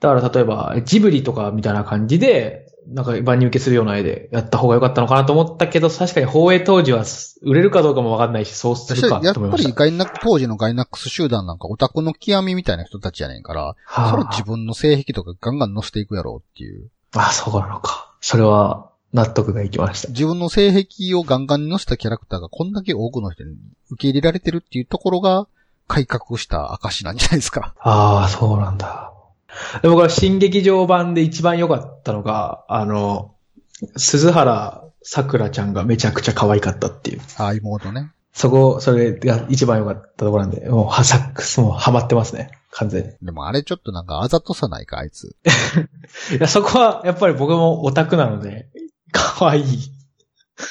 [SPEAKER 2] だから例えば、ジブリとかみたいな感じで、なんか万人受けするような絵でやった方が良かったのかなと思ったけど、確かに放映当時は売れるかどうかもわかんないし、そうす
[SPEAKER 1] そ
[SPEAKER 2] る
[SPEAKER 1] して
[SPEAKER 2] か
[SPEAKER 1] やっ
[SPEAKER 2] と思い
[SPEAKER 1] ぱ
[SPEAKER 2] まし
[SPEAKER 1] り
[SPEAKER 2] た。
[SPEAKER 1] ガイナック、当時のガイナックス集団なんかオタクの極みみたいな人たちやねんから、それは
[SPEAKER 2] は
[SPEAKER 1] 自分の性癖とかガンガン乗せていくやろうっていう。
[SPEAKER 2] あ、そうなのか。それは、納得がいきました。
[SPEAKER 1] 自分の性癖をガンガンに乗せたキャラクターがこんだけ多くの人に受け入れられてるっていうところが改革した証なんじゃないですか。
[SPEAKER 2] ああ、そうなんだ。で僕は新劇場版で一番良かったのが、あの、鈴原桜ちゃんがめちゃくちゃ可愛かったっていう。
[SPEAKER 1] ああ、妹ね。
[SPEAKER 2] そこ、それが一番良かったところなんで、もう、は、サックスもハマってますね。完全に。
[SPEAKER 1] でもあれちょっとなんかあざとさないか、あいつ。
[SPEAKER 2] いや、そこは、やっぱり僕もオタクなので、可愛い。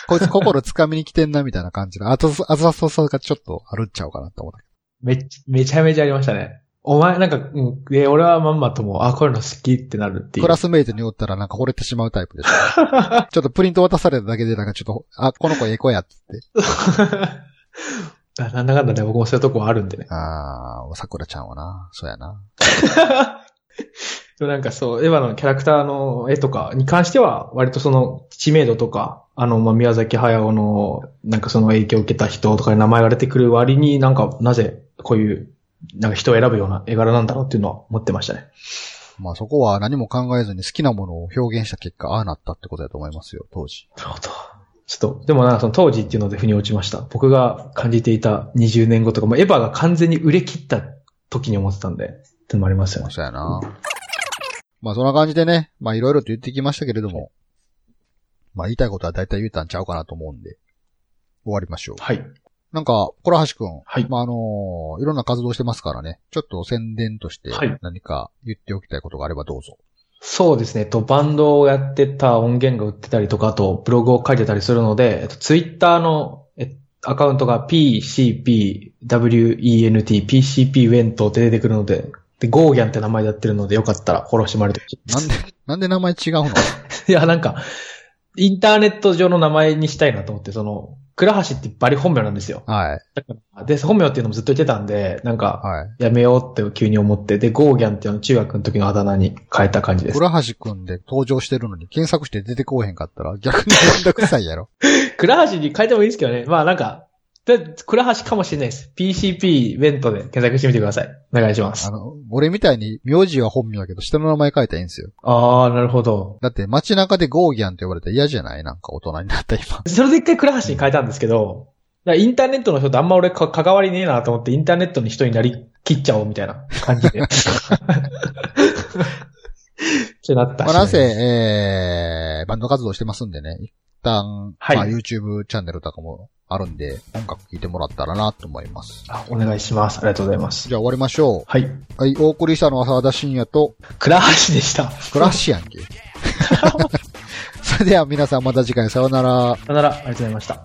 [SPEAKER 1] こいつ心掴みに来てんな、みたいな感じの、あと、あざとさがちょっとあるっちゃうかなと思った。
[SPEAKER 2] めっちゃ、めちゃめちゃありましたね。お前、なんか、うん、で、俺はまんまとも、あ、こういうの好きってなるっていう
[SPEAKER 1] ク。ラスメイトにおったらなんか惚れてしまうタイプでしょ。ちょっとプリント渡されただけでなんかちょっと、あ、この子ええ子やっつって。
[SPEAKER 2] あ なんだかんだね、僕もそういうとこはあるんでね。
[SPEAKER 1] ああ、桜ちゃんはな、そうやな。
[SPEAKER 2] でもなんかそう、エヴァのキャラクターの絵とかに関しては、割とその知名度とか、あの、まあ、宮崎駿の、なんかその影響を受けた人とかに名前が出てくる割になんか、なぜこういう、なんか人を選ぶような絵柄なんだろうっていうのは思ってましたね。
[SPEAKER 1] まあそこは何も考えずに好きなものを表現した結果、ああなったってことだと思いますよ、当時。
[SPEAKER 2] なるほど。ちょっと、でもなんかその当時っていうので腑に落ちました。僕が感じていた20年後とか、まあ、エヴァが完全に売れ切った時に思ってたんで、ってのもありますよね。
[SPEAKER 1] そうやな。まあそんな感じでね、まあいろいろと言ってきましたけれども、まあ言いたいことは大体言えたんちゃうかなと思うんで、終わりましょう。
[SPEAKER 2] はい。
[SPEAKER 1] なんか、コラハシ君。
[SPEAKER 2] はい
[SPEAKER 1] まあ、あのーいろんな活動してますからね。ちょっと宣伝として
[SPEAKER 2] はい、
[SPEAKER 1] 何か言っておきたいことがあればどうぞ。
[SPEAKER 2] そうですね。えっと、バンドをやってた音源が売ってたりとか、あと、ブログを書いてたりするので、えっと、ツイッターの、えっとアカウントが PCPWENT、PCPWENT って出てくるので、で、ゴーギャンって名前でやってるので、よかったらフォローしてもらえる
[SPEAKER 1] な
[SPEAKER 2] と。
[SPEAKER 1] んで、 なんで名前違うの
[SPEAKER 2] いや、なんか、インターネット上の名前にしたいなと思って、その、倉橋ってバリ本名なんですよ。
[SPEAKER 1] はい。
[SPEAKER 2] で、本名っていうのもずっと言ってたんで、なんか、
[SPEAKER 1] は
[SPEAKER 2] やめようって急に思って、で、ゴーギャンっていうのを中学の時のあだ名に変えた感じ
[SPEAKER 1] い。
[SPEAKER 2] です。
[SPEAKER 1] 倉橋くんで登場してるのに検索して出てこうへんかったら逆にめんどくさいやろ。
[SPEAKER 2] 倉橋に変えてもいいですけどね。まあなんか、で、倉橋かもしれないです。PCP ベントで検索してみてください。お願いしま
[SPEAKER 1] あ
[SPEAKER 2] す。
[SPEAKER 1] の、俺みたいに名字は本名だけど下の名前書いたらいいんですよ。
[SPEAKER 2] ああ、なるほど。
[SPEAKER 1] だって街中でゴーギャンって言われたら嫌じゃないなんか大人になった今。
[SPEAKER 2] それで一回倉橋に変えたんですけど、だからインターネットの人とあんま俺か関わりねえなと思って、インターネットの人になりきっちゃおうみたいな感じで。ってなった
[SPEAKER 1] まあ、
[SPEAKER 2] し
[SPEAKER 1] なんせ、えー、バンド活動してますんでね。一旦、
[SPEAKER 2] はい
[SPEAKER 1] まあ YouTube チャンネルとかもあるんで、音楽聴いてもらったらなと思います。
[SPEAKER 2] あお願いします。ありがとうございます。
[SPEAKER 1] じゃあ終わりましょ
[SPEAKER 2] はい。
[SPEAKER 1] う。はい、お送りしたのは沢田信也と、
[SPEAKER 2] 倉橋でした。さ
[SPEAKER 1] クラッシュやん け。それでは皆さんまた次回さようなら。
[SPEAKER 2] よなら、ありがとうございました。